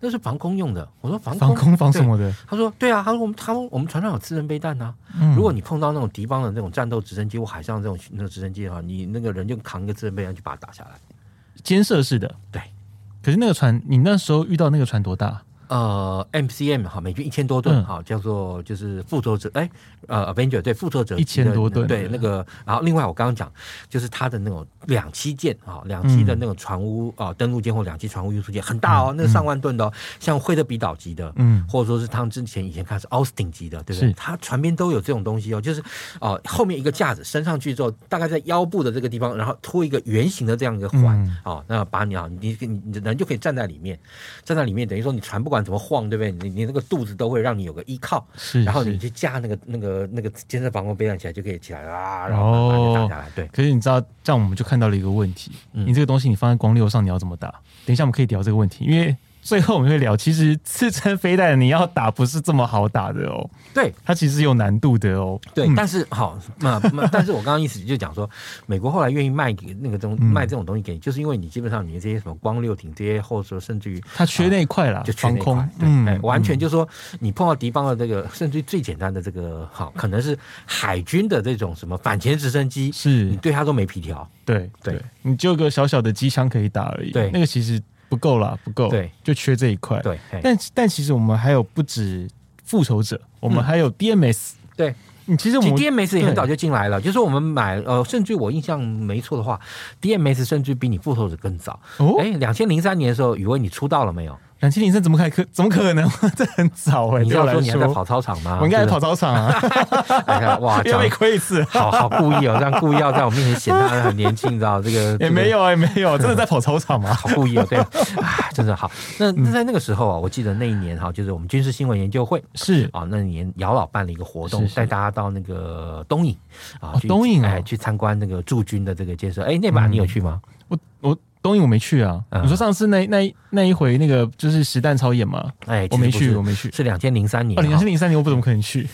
那是防空用的。我说防空防空防什么的？他说：“对啊，他说我们他说我们船上有自认备弹啊。嗯如果你碰到那种敌方的那种战斗直升机或海上这种那种直升机哈，你那个人就扛一个自认备弹去把它打下来。监射式的，对。可是那个船，你那时候遇到那个船多大？呃，MCM 哈，美军一千多吨嗯哈，叫做就是复仇者，哎，呃，Avenger 对复仇者1000级的多吨对那个。然后另外我刚刚讲，就是它的那种两栖舰嗯啊，两栖的那种船坞啊、登陆舰或两栖船坞运输舰很大哦，那个上万吨的、哦，像惠特比岛级的，嗯或者说是他们之前以前看是奥斯汀级的，对不对是？它船边都有这种东西哦，就是哦、后面一个架子升上去之后，大概在腰部的这个地方，然后拖一个圆形的这样一个环嗯哦，那把你啊，你你你人就可以站在里面，站在里面等于说你船不管怎么晃，对不对？你你那个肚子都会让你有个依靠，是，然嗯后是你去架那个那个那个监视防空飞弹起来就可以起来啦，然后把它哦打下来，对。可是你知道，这样我们就看到了一个问题：嗯你这个东西你放在光溜上，你要怎么打？等一下我们可以聊这个问题，因为最后我们会聊，其实刺针飞弹你要打不是这么好打的哦，对，它其实有难度的哦。对，嗯但是好，那、那但是我刚刚意思就讲说， [LAUGHS] 美国后来愿意卖给那个东嗯卖这种东西给你，就是因为你基本上你这些什么光六艇这些，或者说甚至于它缺那一块啦，啊就缺防那一空嗯块，，对，哎完全就是说你碰到敌方的这个，甚至于最简单的这个，好，可能是海军的这种什么反潜直升机，你是对它都没皮条，对嗯对对，你就有个小小的机枪可以打而已，对那个其实不够啦，不够，对，就缺这一块。对，哎但但其实我们还有不止复仇者，我们还有 DMS，对，你其实我嗯其实们 DMS 也很对早就进来了，就是我们买呃，甚至我印象没错的话，DMS 甚至比你复仇者更早。哦，哎，两千零三年的时候，宇威你出道了没有？两千零三怎么可可怎么可能？ [LAUGHS] 这很早哎、你对要我来说你还在说跑操场吗？我应该还是不是跑操场 [LAUGHS] 啊，哎呀， [LAUGHS] 哇，又讲被亏一 [LAUGHS] 次，好好故意哦，这样故意要在我面前显得他很年轻，你知道这个 [LAUGHS] 也没，有也没有，真的在跑操场这个吗？ [LAUGHS] 好故意 [LAUGHS] 哦，对，啊，真的好。那嗯那在那个时候啊，我记得那一年哈，就是我们军事新闻研究会。是啊、那年姚老办了一个活动是，是带大家到那个东引啊，哦去东嗯引哦哎，去参观那个驻军的这个建设。哎，那把你有去吗？我我东影我没去啊，嗯你说上次那那那一回那个就是实弹操演嘛，哎，我没其实去，我不没去是，。是两千零三年哦，哈，两千零三年我不怎么可能 [LAUGHS] 去，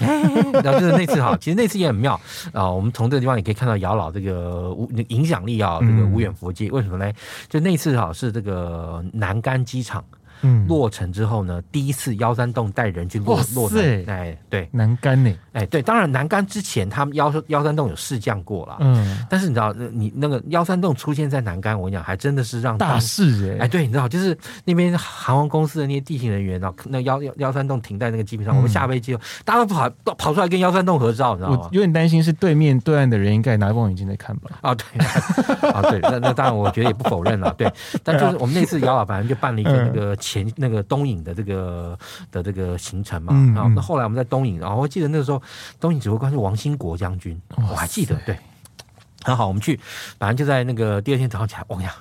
然后就是那次哈，其实那次也很妙啊、我们从这个地方也可以看到姚老这个无影响力啊，这个嗯无远佛界。为什么呢？就那次哈是这个南竿机场嗯，落成之后呢，第一次幺三洞带人去落哇塞落南，哎对南竿呢、哎对，当然南竿之前他们幺幺三洞有试降过啦，嗯，但是你知道呃你那个幺三洞出现在南竿，我跟你讲还真的是让大当事哎、哎，对，你知道，就是那边航空公司的那些地勤人员啊，那幺幺幺三洞停在那个机坪上，我们嗯下飞机后，大家都跑都跑出来跟幺三洞合照，你知道啊我吗？有点担心是对面对岸的人应该也拿望远镜在看 [LAUGHS] 吧？啊，对，啊，对，那那当然，我觉得也不否认了，对。但就是我们那次姚老板就办了一个啊嗯那个前那个东影的这个的这个行程嘛嗯，然后嗯那后来我们在东影，然后我记得那时候东影指挥官是王兴国将军，我还记得，对。很好，我们去，反正就在那个第二天早上起来，哇呀！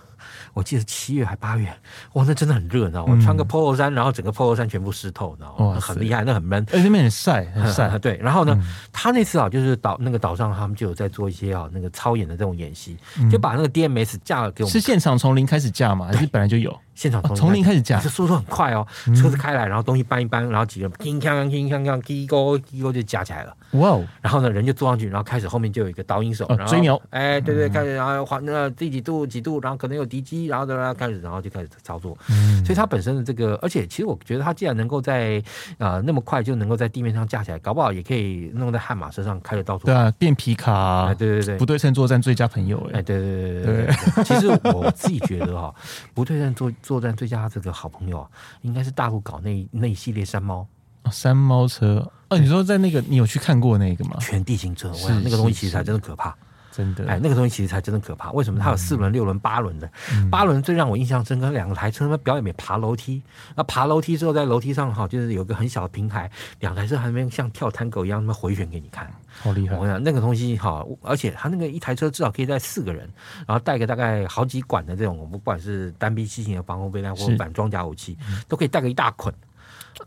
我记得七月还八月，哇，那真的很热，你知道吗？嗯我穿个 polo 衫，然后整个 polo 衫全部湿透，你知道吗？哇那塞很厉害，那很闷。哎、那边很晒，很 [LAUGHS] 晒，嗯对，然后呢，他那次啊，就是岛那个岛上，他们就有在做一些啊那个操演的这种演习，就把那个 DMS 架给我嗯是们现场从零开始架 [LAUGHS] 吗？还是本来就有？现场哦从零开始架 [LAUGHS] 嗯这速度很快哦，车子开来，然后东西搬一搬，然后几个人叮锵锵叮锵锵，叽勾叽勾就架起来了。哇 [LAUGHS] 哦，然后呢，人就坐上去，然后开始后面就有一个导引手，哦然后追嗯鸟哎，对对，开始然后环那第几度几度，然后可能有敌机，然后然后开始，然后就开始操作。嗯所以它本身的这个，而且其实我觉得它既然能够在呃那么快就能够在地面上架起来，搞不好也可以弄在悍马身上开着到处对啊，变皮卡、哎，对对对不。对称作战最佳朋友哎、哎，对对对对对对，其实我自己觉得哈、 [LAUGHS] 不对战作作战最佳这个好朋友啊，应该是大陆搞那那一系列山猫哦山猫车哦，你说在那个你有去看过那个吗？全地形车，我哦是想那个东西是嗯其实才真的可怕。真的，哎，那个东西其实才真的可怕。为什么？它有四轮、六轮、八轮的。嗯八轮最让我印象深刻，两台车他妈表演没爬楼梯，那爬楼梯之后在楼梯上哈，就是有个很小的平台，两台车还没像跳探狗一样他妈回旋给你看。好厉害我，想那个东西哈，而且它那个一台车至少可以载四个人，然后带个大概好几管的这种，不管是单兵器型的防空飞弹或是嗯反装甲武器，都可以带个一大捆。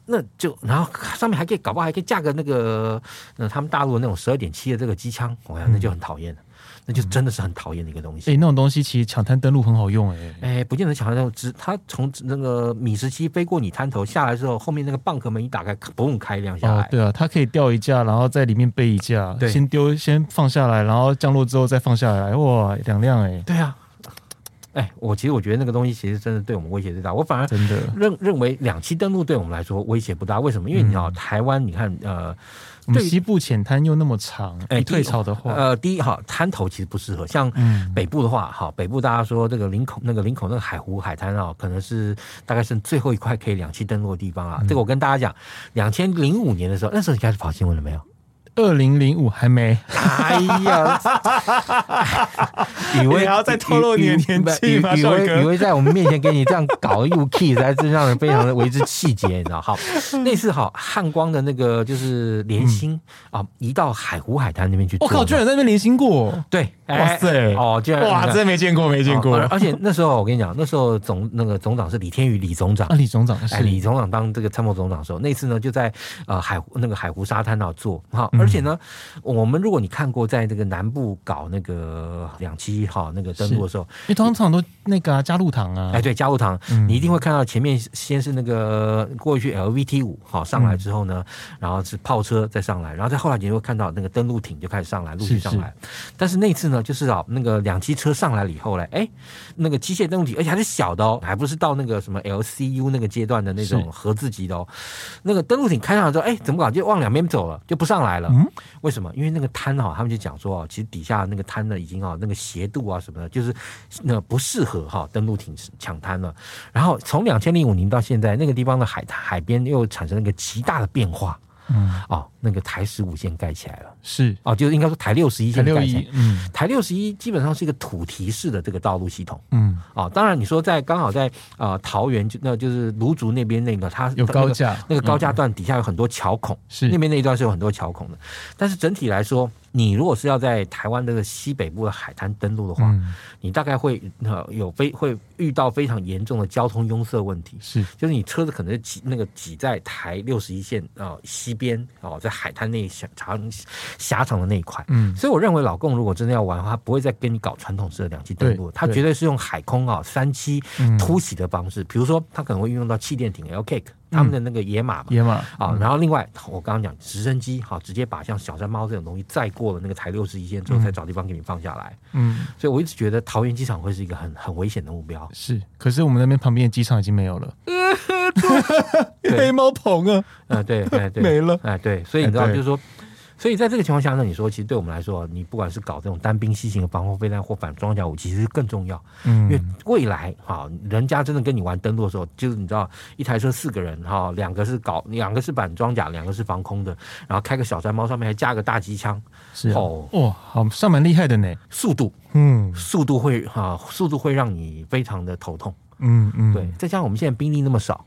那就然后上面还可以搞嗯不好还可以架个那个，呃，他们大陆的那种十二点七的这个机枪，我想那就很讨厌了。那就真的是很讨厌的一个东西。哎、那种东西其实抢滩登陆很好用、哎、哎，不见得抢得到，只它从那个米十七飞过你滩头下来之后，后面那个蚌壳门一打开，嘣开一辆下来。哦，对啊，它可以吊一架，然后在里面背一架，对先丢先放下来，然后降落之后再放下来，哇，两辆哎、对啊，哎，我其实我觉得那个东西其实真的对我们威胁最大。我反而真的，认认为两栖登陆对我们来说威胁不大，为什么？因为你知道台湾，你看呃我们对西部浅滩又那么长，哎一退潮的话，呃，第一哈滩头其实不适合，像嗯，北部的话，好，北部大家说这个林口那个林口那个海湖海滩啊，可能是大概是最后一块可以两栖登陆的地方啊。这个我跟大家讲，两千零五年的时候，那时候你开始跑新闻了没有？二零零五还没，哎 [LAUGHS] 呀，以为你还要再透露你的年纪吗以少为哥以为在我们面前给你这样搞又 key，实在是让人非常的为之气结，你知道？好，嗯那次好汉光的那个就是连心啊，移到海湖海滩那边去做我嗯嘛。哦靠，居然在那边零星过，对，哎哇塞哦，居然哇，真的没见过，没见过哦而且那时候我跟你讲，那时候总那个总长是李天宇李总长啊，。李总长哎，是李总长当这个参谋总长的时候，那次呢就在呃海湖那个海湖沙滩那做哈，嗯而且呢，我们如果你看过在这个南部搞那个两栖哈那个登陆的时候，因为通常都那个啊，加入堂啊，哎，对，加入堂，嗯你一定会看到前面先是那个过去 LVT 五好上嗯来之后呢，然后是炮车再上来，然后再后来你就会看到那个登陆艇就开始上来，陆续是上来。但是那次呢，就是啊，那个两栖车上来了以后呢，哎，那个机械登陆艇，而且还是小的哦，还不是到那个什么 LCU 那个阶段的那是种合字级的哦。那个登陆艇开上来之后，哎，怎么搞就往两边走了，就不上来了。嗯为什么？因为那个滩哈、他们就讲说哦，其实底下那个滩呢已经哦，那个斜度啊什么的，就是那不适合哈、登陆艇抢滩了。然后从两千零五年到现在，那个地方的海海边又产生了一个极大的变化嗯，哦，那个台十五线盖起来了是哦，就是应该说台六十一台线六盖起来一。，嗯台六十一基本上是一个土提式的这个道路系统嗯，哦，当然你说在刚好在呃桃园就那就是芦竹那边那个它有高那个架，那个高架嗯段底下有很多桥孔，是那边那一段是有很多桥孔的。但是整体来说，你如果是要在台湾这个西北部的海滩登陆的话，嗯你大概会呃有非会遇到非常严重的交通拥塞问题。是就是你车子可能挤那个挤在台六十一线啊、呃西边哦，在海滩那一狭长狭长的那一块，嗯所以我认为老共如果真的要玩的话，他不会再跟你搞传统式的两栖登陆对，他对绝对是用海空啊三栖嗯突袭的方式，比如说他可能会运用到气垫艇 L Cake 嗯他们的那个野马嘛。野马啊，然后另外我刚刚讲直升机，好，直接把像小山猫这种东西载过了那个台六十一线之后，才找地方给你放下来。嗯所以我一直觉得桃园机场会是一个很很危险的 [LAUGHS] 目标。是，可是我们那边旁边的机场已经没有了，黑猫棚啊呃，对，哎，对，没了，哎，对，所以你知道，哎对就是说，所以在这个情况下呢，你说其实对我们来说，你不管是搞这种单兵西型的防空飞弹或反装甲武器，其实更重要。因为嗯未来哈，人家真的跟你玩登陆的时候，就是你知道，一台车四个人哈，两个是搞，两个是板装甲，两个是防空的，然后开个小山猫，上面还加个大机枪，是啊哦哇，好像蛮厉害的呢，速度嗯速度会哈、速度会让你非常的头痛。嗯嗯，对，再加上我们现在兵力那么少，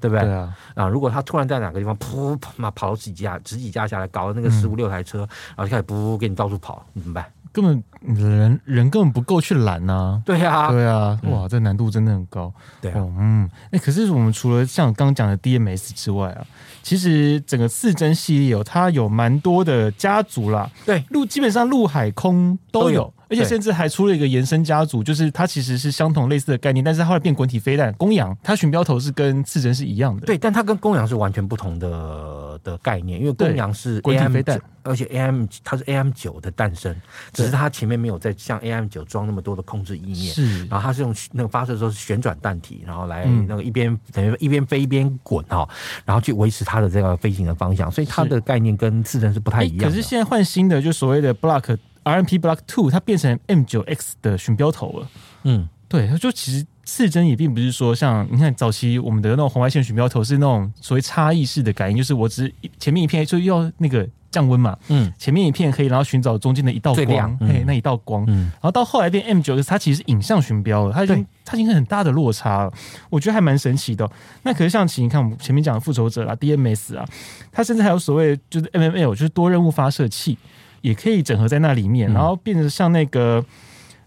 对不对？对啊，啊，如果他突然在哪个地方噗啪嘛跑了几架十几架下来，搞了那嗯个十五六台车，然后就开始噗给你到处跑，你怎么办？根本人人根本不够去拦呐。对啊，对啊，哇，这难度真的很高。对啊哦，嗯，哎、可是我们除了像刚刚讲的 DMS 之外啊，其实整个四针系列哦，它有蛮多的家族啦，对陆基本上陆海空都有，都有而且对甚至还出了一个延伸家族，就是它其实是相同类似的概念，但是它后来变滚体飞弹。公羊它巡标头是跟四针是一样的，对，但它跟公羊是完全不同的的概念，因为公对羊是滚体 AM 飞弹九，而且 AM 它是 AM 九的诞生，只是它前面没有在像 AM 九装那么多的控制意念。是然后它是用那个发射的时候是旋转弹体，然后来嗯那个一边、等于一边飞一边滚哈，然后去维持它的这个飞行的方向，所以它是的概念跟自身是不太哎一样的。可是现在换新的，就所谓的 Block RMP Block Two，它变成 M 九 X 的巡标头了。嗯，对，他说其实刺针也并不是说像你看早期我们的那种红外线巡标头是那种所谓差异式的感应，就是我只是一前面一片就要那个降温嘛，嗯前面一片可以然后寻找中间的一道最光亮，哎、嗯那一道光，嗯，然后到后来变 M 九 X，它其实是影像巡标了，它已经对它已经很大的落差了，我觉得还蛮神奇的哦、那可是像其你看我们前面讲的复仇者啊、DMS 啊，它甚至还有所谓就是 MML，就是多任务发射器，也可以整合在那里面，嗯然后变成像那个。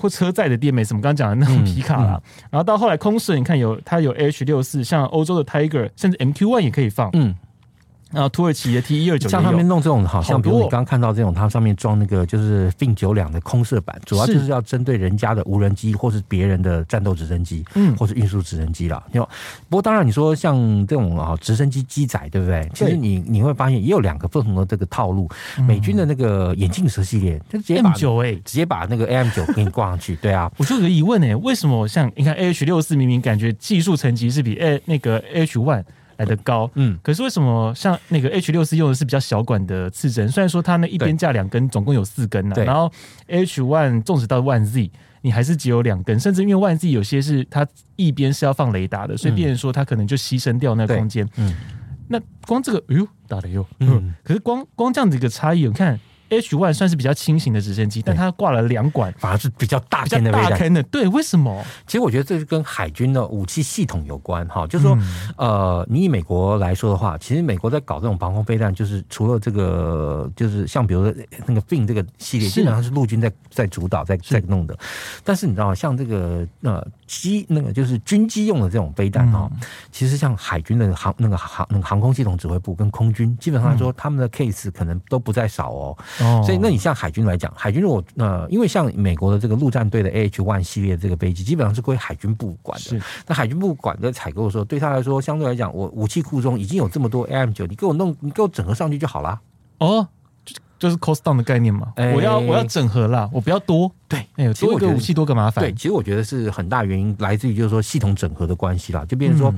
或车载的 DMS，我们刚刚讲的那种嗯皮卡啦，然后到后来空射，你看有它有 H 六四，像欧洲的 Tiger，甚至 MQ One 也可以放，嗯，啊，土耳其的 T 一二九像也上有面。弄这种，好像好比多如你刚刚看到这种，它上面装那个就是并九两的空射板，主要是就是要针对人家的无人机或是别人的战斗直升机，嗯或是运输直升机啦。就不过当然你说像这种啊直升机机载，对不对？其实你你会发现也有两个不同的这个套路，美军的那个眼镜蛇系列，它直接把嗯 M 九哎，直接把那个 AM 九给你挂上去，对啊，我就有个疑问哎、为什么像你看 A H 六四明明感觉技术层级是比 A 那个 A H one 来的高，嗯。可是为什么像那个 H 六四用的是比较小管的刺针？虽然说它那一边架两根，总共有四根呢、啊对然后 H one 纵使到 One Z，你还是只有两根，甚至因为 One Z 有些是它一边是要放雷达的，所以嗯变成说它可能就牺牲掉那个对空间。嗯，那光这个，哎呦，打雷哟！嗯嗯，可是光光这样子一个差异，你看 H one 算是比较轻型的直升机，但它挂了两管，反而是比较大比较片的飞大弹。坑的，对，为什么？其实我觉得这是跟海军的武器系统有关哈，就嗯是说，呃，你以美国来说的话，其实美国在搞这种防空飞弹，就是除了这个，就是像比如说那个 Fin 这个系列，是基本上是陆军在在主导在在弄的。但是你知道，像这个呃机那个就是军机用的这种飞嗯弹哈，哦其实像海军的航那个航那个航空系统指挥部跟空军，基本上来说他们的 case 可能都不在少哦。哦所以，那你像海军来讲，海军如果呃，因为像美国的这个陆战队的 AH One 系列这个飞机，基本上是归海军部管的是。那海军部管的采购的时候，对他来说，相对来讲，我武器库中已经有这么多 AM 九，你给我弄，你给我整合上去就好啦。哦，就就是 cost down 的概念嘛。哎我要我要整合啦，我不要多。对，哎呦，其实多一我个觉得武器多个麻烦。对，，其实我觉得是很大原因来自于就是说系统整合的关系啦，就变成说嗯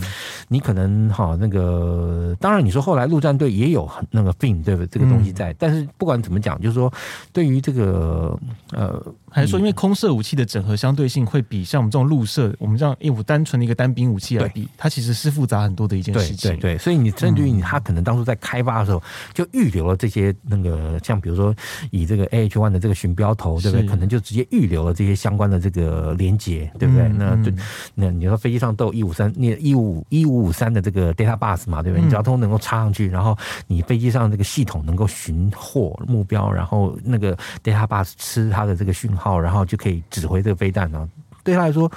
你可能哈那个，当然你说后来陆战队也有很那个病，对不对？这个东嗯西在，但是不管怎么讲，就是说对于这个呃还是说因为空射武器的整合相对性会比像我们这种陆射，我们这样一我单纯的一个单兵武器来比，它其实是复杂很多的一件对事情。嗯对对，所以你甚至于你他可能当初在开发的时候就预留了这些那个，像比如说以这个 A H one 的这个巡标头，对不对？是可能就直接预留了这些相关的这个连接，对不对？嗯那对嗯，那你说飞机上都有一五三、那一五一五五三的这个 data bus 嘛，对不对？你只要都能够插上去，然后你飞机上这个系统能够寻获目标，然后那个 data bus 吃它的这个讯号，然后就可以指挥这个飞弹呢。对他来说，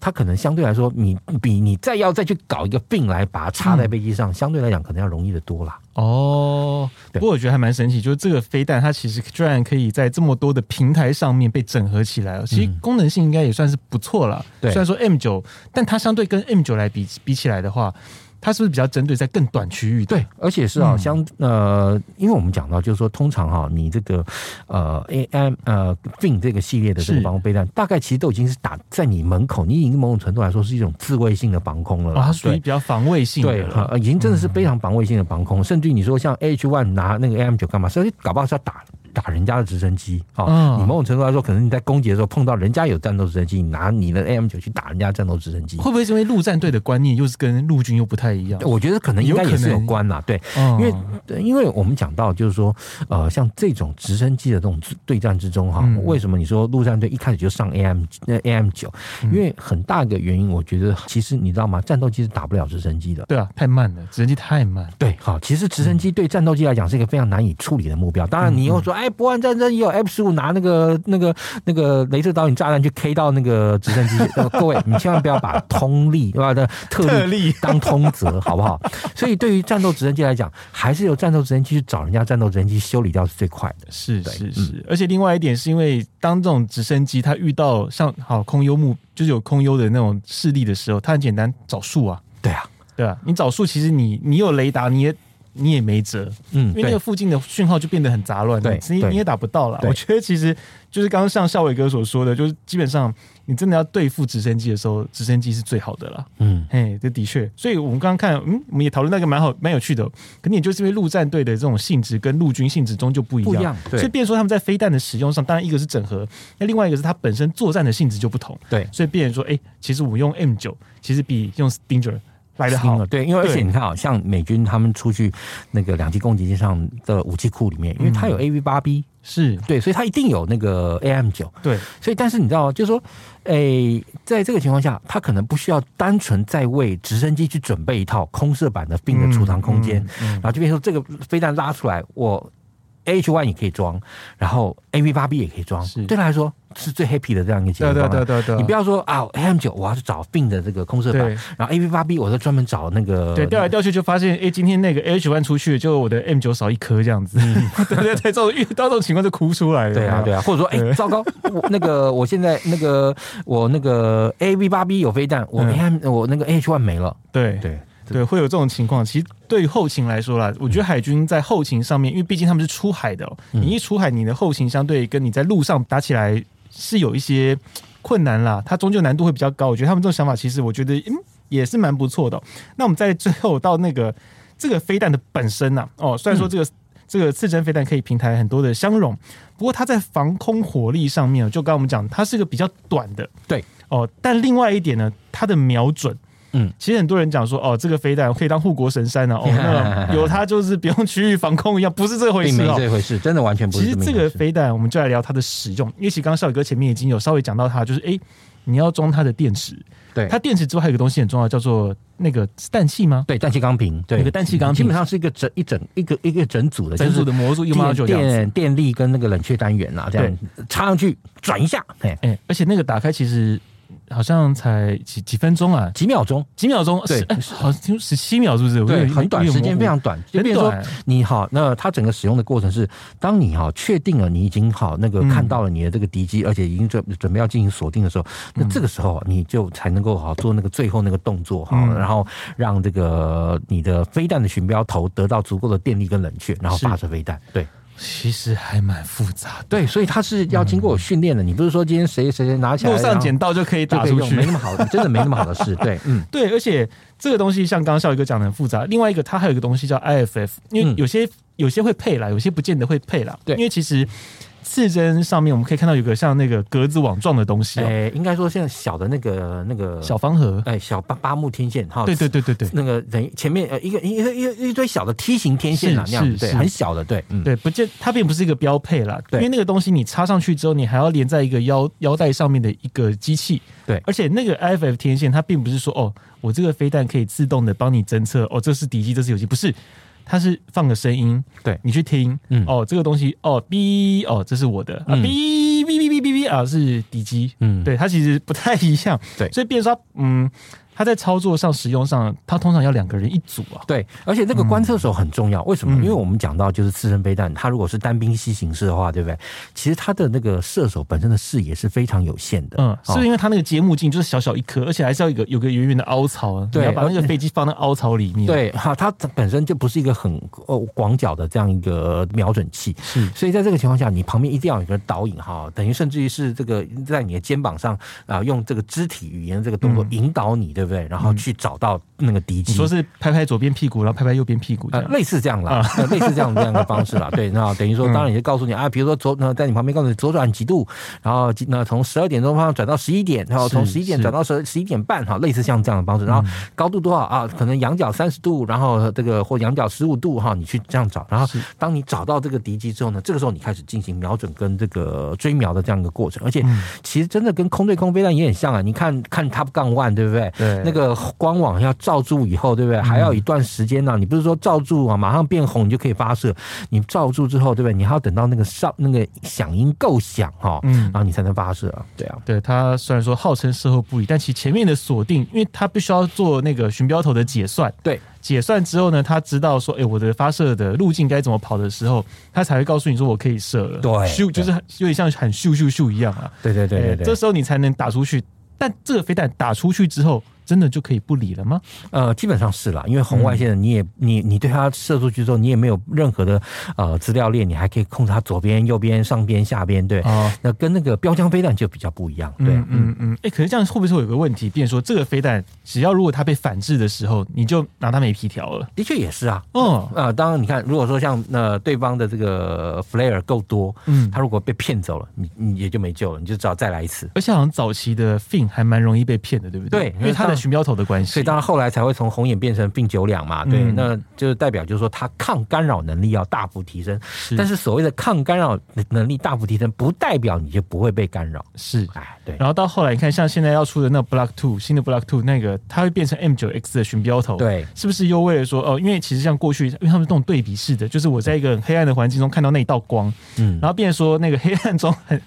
他可能相对来说，你比你再要再去搞一个病来把它插在飞机上，相对来讲可能要容易的多啦。哦，不对过我觉得还蛮神奇，就是这个飞弹它其实居然可以在这么多的平台上面被整合起来了，其实嗯功能性应该也算是不错了。对虽然说 M 九，但它相对跟 M 九来比比起来的话，它是不是比较针对在更短区域的？对，而且是啊、嗯相呃，因为我们讲到就是说，通常哈、你这个呃 AM 呃 Fin 这个系列的这是个防空备弹，大概其实都已经是打在你门口，你已经某种程度来说是一种自卫性的防空了啦。哦，它属于对比较防卫性的嗯对，了。嗯呃已经真的是非常防卫性的防空，甚至于你说像 H one 拿那个 AM 九干嘛？所以搞不好是要打打人家的直升机啊、哦嗯你某种程度来说，可能你在攻击的时候碰到人家有战斗直升机，你拿你的 AM 九去打人家战斗直升机，会不会是因为陆战队的观念又是跟陆军又不太一样？嗯我觉得可能应该有可也是有能关啦。对，因因为对因为我们讲到就是说，呃，像这种直升机的这种对战之中哈，嗯为什么你说陆战队一开始就上 AM 那 AM 九？因为很大一个原因，我觉得其实你知道吗？战斗机是打不了直升机的。对啊，太慢了，直升机太慢。对，好，其实直升机对战斗机来讲是一个非常难以处理的目标。当然，你又说，哎，波湾战争也有 F 十五拿那个、那个、那个镭射导引炸弹去 K 到那个直升机。 [LAUGHS] 呃、各位，你千万不要把通力 [LAUGHS] 啊的特特力例当通则，好不好？ [LAUGHS] 所以，对于战斗直升机来讲，还是由战斗直升机去找人家战斗直升机修理掉是最快的。是对是嗯是，而且另外一点是因为当这种直升机它遇到像好空优目，就是有空优的那种势力的时候，它很简单找树啊，对啊，对啊，你找树其实你你有雷达你也。你也没辙，嗯，因为那对个，附近的讯号就变得很杂乱，对你对你也打不到了。对我觉得其实就是刚刚像校伟哥所说的，就是基本上你真的要对付直升机的时候，直升机是最好的啦。嗯，哎，这的确，所以我们刚刚看，嗯，我们也讨论那个蛮好、蛮有趣的哦。可你也就是因为陆战队的这种性质跟陆军性质中就不一样，不一样，所以对变成说他们在飞弹的使用上，当然一个是整合，那另外一个是它本身作战的性质就不同，对。所以变成说，哎、其实我们用 M 九，其实比用 Stinger 来的好新了，对，因为而且对你看啊，像美军他们出去那个两栖攻击机上的武器库里面，因为嗯它有 AV 八 B，是对，所以它一定有那个 AM 九。对，所以，但是你知道，就是说，诶、在这个情况下，它可能不需要单纯再为直升机去准备一套空射版的并的储藏空间，嗯，嗯然后就变成说，这个飞弹拉出来，我 A H One 也可以装，然后 A V 八 B 也可以装是，对他来说是最 happy 的这样一个解决方案。对对你不要说啊，M 九我要去找 Bin 的这个空射版对，然后 A V 八 B 我是专门找那个对，调来调去就发现，哎，今天那个 H one 出去，就我的 M 九少一颗这样子。对对对，这种遇到这种情况就哭出来了。对啊，对啊，或者说，哎、对糟糕，我那个我现在那个我那个 A V 八 B 有飞弹，我嗯 M、我那个 H one 没了，对对对，会有这种情况。其实对于后勤来说啦，我觉得海军在后勤上面，因为毕竟他们是出海的、哦，你一出海，你的后勤相对跟你在路上打起来是有一些困难啦，它终究难度会比较高。我觉得他们这种想法，其实我觉得嗯也是蛮不错的哦、那我们在最后到那个这个飞弹的本身呐、哦，虽然说这个、这个刺针飞弹可以平台很多的相容，不过它在防空火力上面哦，就刚刚我们讲，它是一个比较短的，对哦。但另外一点呢，它的瞄准。嗯，其实很多人讲说，哦，这个飞弹可以当护国神山呢、啊，哦， [LAUGHS] 那有它就是不用区域防空一样，不是这回并事没哦。这回事，真的完全不其是实么一这回个事飞弹，我们就来聊它的使用，因为其实刚刚少宇哥前面已经有稍微讲到它，就是诶，你要装它的电池，对它电池之外还有一个东西很重要，叫做那个是氮气吗？对氮气钢瓶，对那个氮气钢瓶基本上是一个整一整一个一个整组的，整组的模组一就是模就电这样子。电电力跟那个冷却单元啊，这样插上去转一下，哎，哎、而且那个打开其实好像才几几分钟啊，几秒钟，几秒钟，对十哎好像听十七秒是不是？我有对，点很短有点时间，模糊非常短，就很变成说短。啊你好，那它整个使用的过程是，当你哈确定了你已经好那个嗯看到了你的这个敌机，而且已经准准备要进行锁定的时候，那嗯这个时候啊你就才能够好做那个最后那个动作哈，嗯然后让这个你的飞弹的巡标头得到足够的电力跟冷却，然后是发射飞弹。对其实还蛮复杂的。对，所以它是要经过我训练的，你不是说今天谁谁谁拿起来路嗯上然后捡到就可以就打可以出用，没去那，么好，真的没那么好的 [LAUGHS] 事。对，嗯，对，而且这个东西像刚刚笑宇哥讲的很复杂，另外一个它还有一个东西叫 IFF，因为嗯有些、有些会配啦，有些不见得会配啦。对因为其实刺针上面我们可以看到有个像那个格子网状的东西、哦，哎，应该说现在小的那个那个小方盒。哎小八八木天线哈，对对对对对。那个等于前面呃一个一个一个一堆小的梯形天线啊，是那样子是对，是很小的对，嗯，对，不见它并不是一个标配啦，因对为那个东西你插上去之后，你还要连在一个腰腰带上面的一个机器。对而且那个 IFF 天线它并不是说哦，我这个飞弹可以自动的帮你侦测哦，这是敌机，这是友机，不是，它是放个声音，对你去听，嗯哦，这个东西哦，哔，哦，这是我的，啊，嗯哔哔哔哔哔哔啊，是敌机，嗯对，它其实不太一样，对所以变成说它，嗯，它在操作上、使用上，它通常要两个人一组啊，对，而且这个观测手很重要，为什么？嗯因为我们讲到就是刺身飞弹，它如果是单兵西行式的话，对不对？其实它的那个射手本身的视野是非常有限的，嗯，是不哦是因为它那个节目镜就是小小一颗，而且还是要有个有个圆圆的凹槽啊，对你要把那个飞机放到凹槽里面。，对，哈，它本身就不是一个很呃广角的这样一个瞄准器，是所以在这个情况下，你旁边一定要有一个导引哈，等于甚至于是这个在你的肩膀上啊、用这个肢体语言这个动作嗯引导你，对不对？然后去找到那个敌你机。说是拍拍左边屁股，然后拍拍右边屁股这呃，样。啊类似这样啦，呃类似这样这样的方 [LAUGHS] 式啦。对，那等于说，当然也就告诉你啊，比如说左，那在你旁边告诉你左转几度，然后几那从十二点钟方向转到十一点，然后是从十一点是转到十十一点半，哈，类似像这样的方式。然后高度多少啊？可能仰角三十度，然后这个或仰角十五度哈，你去这样找。然后是当你找到这个敌机之后呢，这个时候你开始进行瞄准跟这个追瞄的这样一个过程。而且嗯其实真的跟空对空飞弹也很像啊，你看看 Top Gun One 对不对？对嗯那个光网要罩住以后，对不对？还要一段时间呢、你不是说罩住啊，马上变红你就可以发射？你罩住之后，对不对？你还要等到那个哨那个响音够响哈、哦，嗯然后你才能发射啊。对啊，对它虽然说号称事后不理，但其实前面的锁定，因为它必须要做那个巡标头的解算，对，啊解算之后呢，它知道说，哎、我的发射的路径该怎么跑的时候，它才会告诉你说我可以射了。对咻就是很有点像喊咻咻咻一样啊。对对对对哎对。这时候你才能打出去。但这个飞弹打出去之后，真的就可以不理了吗？呃，基本上是啦，因为红外线的嗯你也、你你对它射出去之后，你也没有任何的呃资料链，你还可以控制它左边、右边、上边、下边，对。啊，那跟那个标枪飞弹就比较不一样，对，啊嗯嗯嗯，哎、可是这样会不会说有个问题？变成说这个飞弹，只要如果它被反制的时候，你就拿它没皮条了。的确也是啊。哦，啊、当然，你看，如果说像呃对方的这个 flare 够多，嗯他，如果被骗走了，你你也就没救了，你就只好再来一次。而且好像早期的 Fin 还蛮容易被骗的，对不对？对因为它的和寻标头的关系。所以当然后来才会从红眼变成病九两嘛，对，嗯那就是代表就是说它抗干扰能力要大幅提升。是但是所谓的抗干扰能力大幅提升，不代表你就不会被干扰。是。哎，对然后到后来，你看像现在要出的那 Block Two 新的 Block Two 那个，它会变成 M 九 X 的寻标头，，对，是不是又为了说哦？因为其实像过去，因为他们是那种对比式的，就是我在一个很黑暗的环境中看到那一道光，嗯然后变成说那个黑暗中很，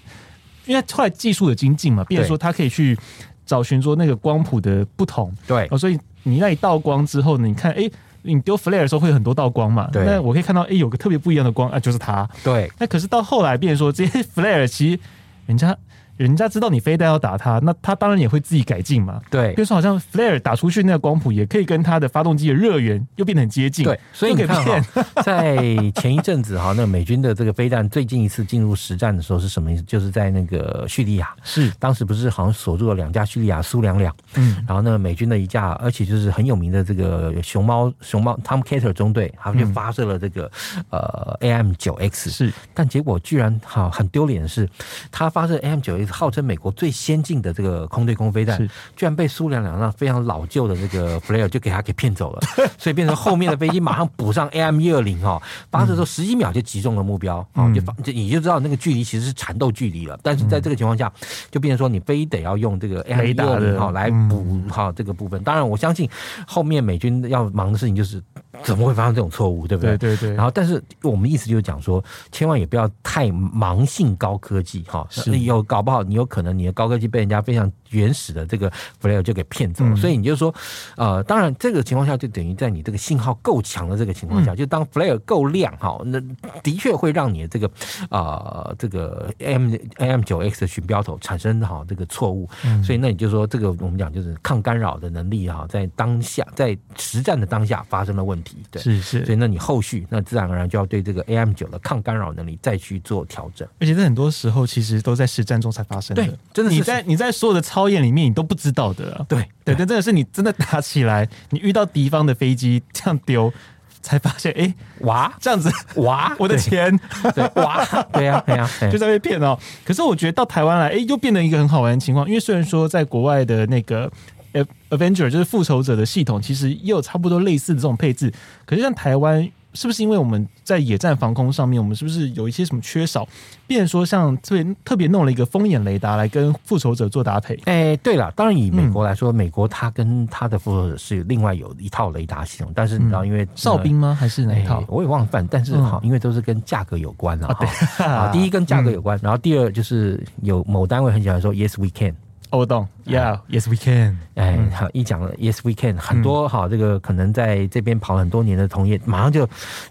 因为后来技术的精进嘛，变成说它可以去找寻说那个光谱的不同，对哦，所以你那一道光之后呢，你看，哎、你丢 flare 的时候会有很多道光嘛，对那我可以看到，哎、有个特别不一样的光啊，就是它。对那可是到后来变成说，这些 [LAUGHS] flare 其实人家人家知道你非但要打它，那它当然也会自己改进嘛。对比如说，好像 flare 打出去那个光谱也可以跟它的发动机的热源又变得很接近，对，所以又你可看变哈、 [LAUGHS] 在前一阵子哈、那美军的这个飞弹最近一次进入实战的时候是什么意思？就是在那个叙利亚，是当时不是好像锁住了两架叙利亚苏两两，嗯然后呢，美军的一架，而且就是很有名的这个熊猫熊猫 Tomcatter 中队，他嗯们就发射了这个、呃 AM 九 X，是但结果居然哈、很丢脸的是，他发射 AM 九 X 号称美国最先进的这个空对空飞弹是，居然被苏联两辆非常老旧的这个 Flare 就给他给骗走了， [LAUGHS] 所以变成后面的飞机马上补上 AM 一二零哈，发射之后十几秒就击中了目标，哦嗯，就发就你就知道那个距离其实是缠斗距离了，但是在这个情况下，就变成说你非得要用这个 AM 雷一达二的嗯零哈来补哈这个部分。当然，我相信后面美军要忙的事情就是怎么会发生这种错误，对不对对对，然后，但是我们意思就是讲说，千万也不要太盲信高科技哈，是有搞不好你有可能你的高科技被人家非常原始的这个 flare 就给骗走了，嗯所以你就说，呃，当然这个情况下就等于在你这个信号够强的这个情况下，就当 flare 够亮哈，那的确会让你的这个呃这个 M M 九 X 的寻标头产生哈这个错误，嗯所以那你就说这个我们讲就是抗干扰的能力哈，在当下在实战的当下发生了问题，对。是是所以那你后续那自然而然就要对这个 AM 九的抗干扰能力再去做调整。而且在很多时候，其实都在实战中才发生的。对真的是你在你在所有的操演里面，你都不知道的啊、对对，但真的是你真的打起来，你遇到敌方的飞机这样丢，才发现，哎、哇这样子，哇 [LAUGHS] 我的钱啊对哇，对呀对呀，就在被骗哦。可是我觉得到台湾来，哎、又变成一个很好玩的情况，因为虽然说在国外的那个。呃 Avenger 就是复仇者的系统，其实也有差不多类似的这种配置。可是像台湾，是不是因为我们在野战防空上面，我们是不是有一些什么缺少？变成说像特别特别弄了一个风眼雷达来跟复仇者做搭配，哎，对了，当然以美国来说，美国它跟它的复仇者是另外有一套雷达系统，但是你知道，因为哨兵。吗？还是哪一哎套？，哦我也忘了办，但是嗯哈，因为都是跟价格有关了 [LAUGHS] 哈。啊，第一跟价格有关，然后第二就是有某单位很喜欢说 “Yes we can”， [LAUGHS] 哦我懂，Yeah，Yes 啊 we can。哎，好，一讲了 Yes We Can，嗯很多哈，这个可能在这边跑很多年的同业，马上就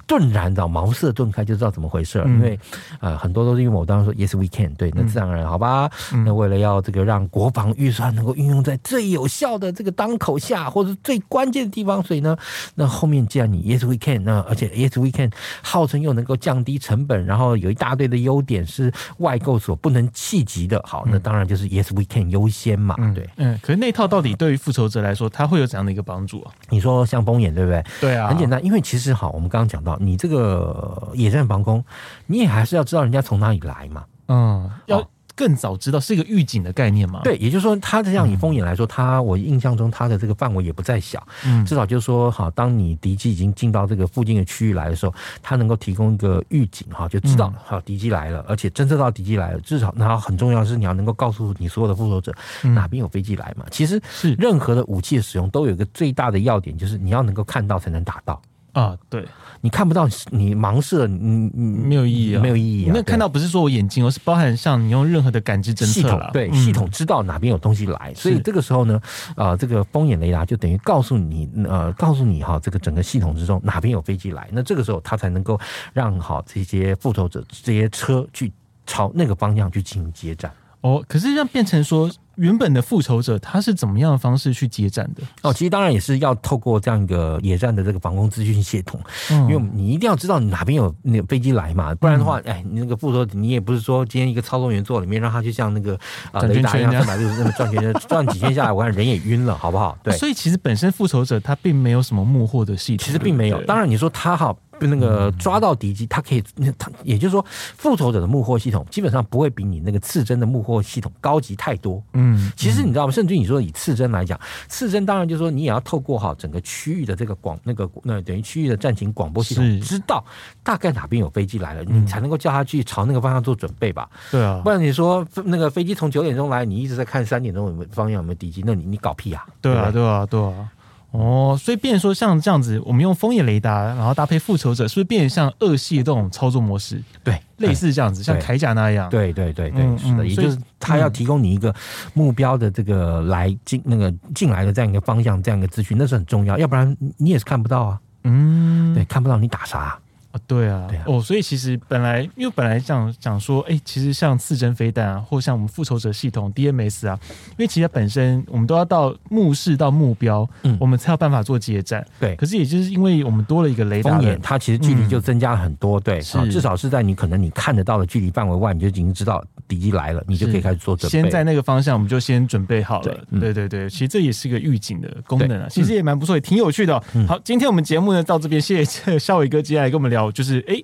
顿然的茅塞顿开，就知道怎么回事了。嗯因为呃，很多都是因为我当时说 Yes We Can，对，那自然而然，好吧。嗯那为了要这个让国防预算能够运用在最有效的这个当口下，或者最关键的地方，所以呢，那后面既然你 Yes We Can，那而且 Yes We Can 号称又能够降低成本，然后有一大堆的优点是外购所不能企及的，好，那当然就是 Yes We Can 优先嘛，对。嗯，可是那套到底对于复仇者来说，它会有怎样的一个帮助啊？你说像风眼对不对？对啊，很简单，因为其实哈，我们刚刚讲到，你这个呃野战防空，你也还是要知道人家从哪里来嘛。嗯，要好更早知道是一个预警的概念嘛？，哦对，也就是说，它这样以风眼来说，它我印象中它的这个范围也不再小，嗯至少就是说，哈，当你敌机已经进到这个附近的区域来的时候，它能够提供一个预警，哈，就知嗯道哈敌机来了，而且侦测到敌机来了，至少那很重要的是你要能够告诉你所有的复仇者嗯哪边有飞机来嘛。其实是任何的武器的使用都有一个最大的要点，就是你要能够看到才能打到。啊，对，你看不到，你盲射，你你没有意义啊，没有意义啊。那看到不是说我眼睛，而是包含像你用任何的感知对侦系测统啦，对嗯系统知道哪边有东西来，所以这个时候呢，呃，这个风眼雷达就等于告诉你，呃，告诉你哈，这个整个系统之中哪边有飞机来，那这个时候它才能够让好这些复仇者这些车去朝那个方向去进行接战。哦。可是让变成说原本的复仇者他是怎么样的方式去接战的？哦，其实当然也是要透过这样一个野战的这个防空资讯系统，嗯因为你一定要知道你哪边有那个飞机来嘛，不然的嗯话，哎，你那个副手你也不是说今天一个操纵员坐里面让他就像那个啊转雷圈达圈一样这样三百六十那么转圈圈，转几圈下来，我看人也晕了，啊好不好？对，所以其实本身复仇者他并没有什么幕后的系统，其实并没有。对不对当然你说他哈。那个抓到敌机，它可以，那它也就是说，复仇者的幕后系统基本上不会比你那个刺针的幕后系统高级太多。嗯，其实你知道吗？甚至你说以刺针来讲，刺针当然就是说你也要透过哈整个区域的这个广那个那等于区域的战情广播系是嗯统，知道大概哪边有飞机来了，你才能够叫他去朝那个方向做准备吧。对啊不，然你说那个飞机从九点钟来，你一直在看三点钟有没有方向有没有敌机，那你你搞屁啊？对啊，不对啊，对啊。哦，所以变成说像这样子，我们用枫叶雷达，然后搭配复仇者，是不是变成像二系这种操作模式，对，类似这样子，像对铠甲那样？，对对对哎嗯对，是的，嗯也所以就是他要提供你一个目标的这个来进那个进来的这样一个方向，这样一个资讯，那是很重要，要不然你也是看不到啊。嗯，对，看不到你打啥、啊，对啊，对啊哦，所以其实本来因为本来讲讲说，哎，其实像刺针飞弹啊，或像我们复仇者系统 DMS 啊，因为其实它本身我们都要到目视到目标，嗯我们才有办法做接战。对可是也就是因为我们多了一个雷达风的眼，它其实距离就增加了很多，对，嗯是啊至少是在你可能你看得到的距离范围外，你就已经知道敌机来了，你就可以开始做准备。先在那个方向，我们就先准备好了对。嗯对对对，其实这也是一个预警的功能啊，对其实也蛮不错，也挺有趣的哦、嗯好，今天我们节目呢到这边，谢谢孝伟哥接下来跟我们聊，就是哎。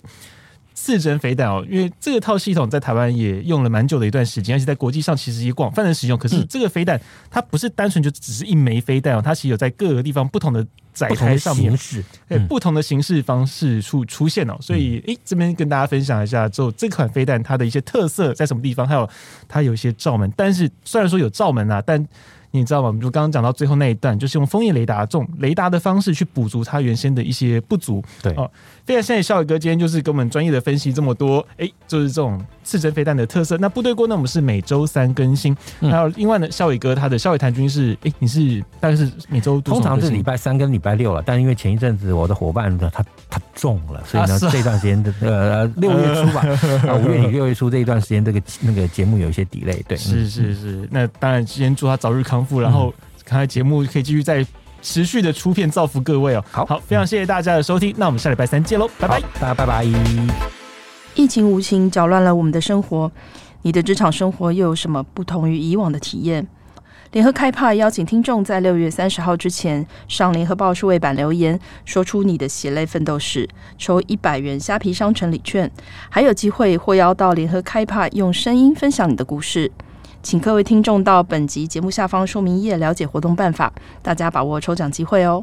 四针肥弹哦，因为这套系统在台湾也用了蛮久的一段时间，而且在国际上其实也广泛的使用。可嗯是这个飞弹它不是单纯就只是一枚飞弹哦，它其实有在各个地方不同的载不同台的上面形式，哎、嗯不同的形式方式出出现哦，所以哎、这边跟大家分享一下，就这款飞弹它的一些特色在什么地方，还有它有一些罩门，但是虽然说有罩门啊，但你知道吗？我们就刚刚讲到最后那一段，就是用枫叶雷达这种雷达的方式去补足它原先的一些不足。对哦，非常谢谢笑伟哥今天就是跟我们专业的分析这么多，哎、就是这种刺针飞弹的特色。那部队锅呢，我们是每周三更新，嗯还有另外呢，笑伟哥他的笑伟谈军是，哎、你是大概是每周多通少常更是新礼拜三跟礼拜六了，但因为前一阵子我的伙伴呢，他他中了，所以啊呢是啊这段时间的 [LAUGHS] 呃六月初吧，啊五月底六月初这一段时间，这个那个节目有一些 delay，对，嗯是是是，那当然先祝他早日康复，然后嗯看来节目可以继续再持续的出片，造福各位哦。好好，非常谢谢大家的收听，那我们下礼拜三见喽，拜拜拜拜。，大家拜拜。疫情无情搅乱了我们的生活，你的职场生活又有什么不同于以往的体验？联合开帕邀请听众在六月三十号之前上联合报数位版留言，说出你的血泪奋斗史，抽一百元虾皮商城礼券，还有机会获邀到联合开帕用声音分享你的故事。请各位听众到本集节目下方说明页了解活动办法，大家把握抽奖机会哦。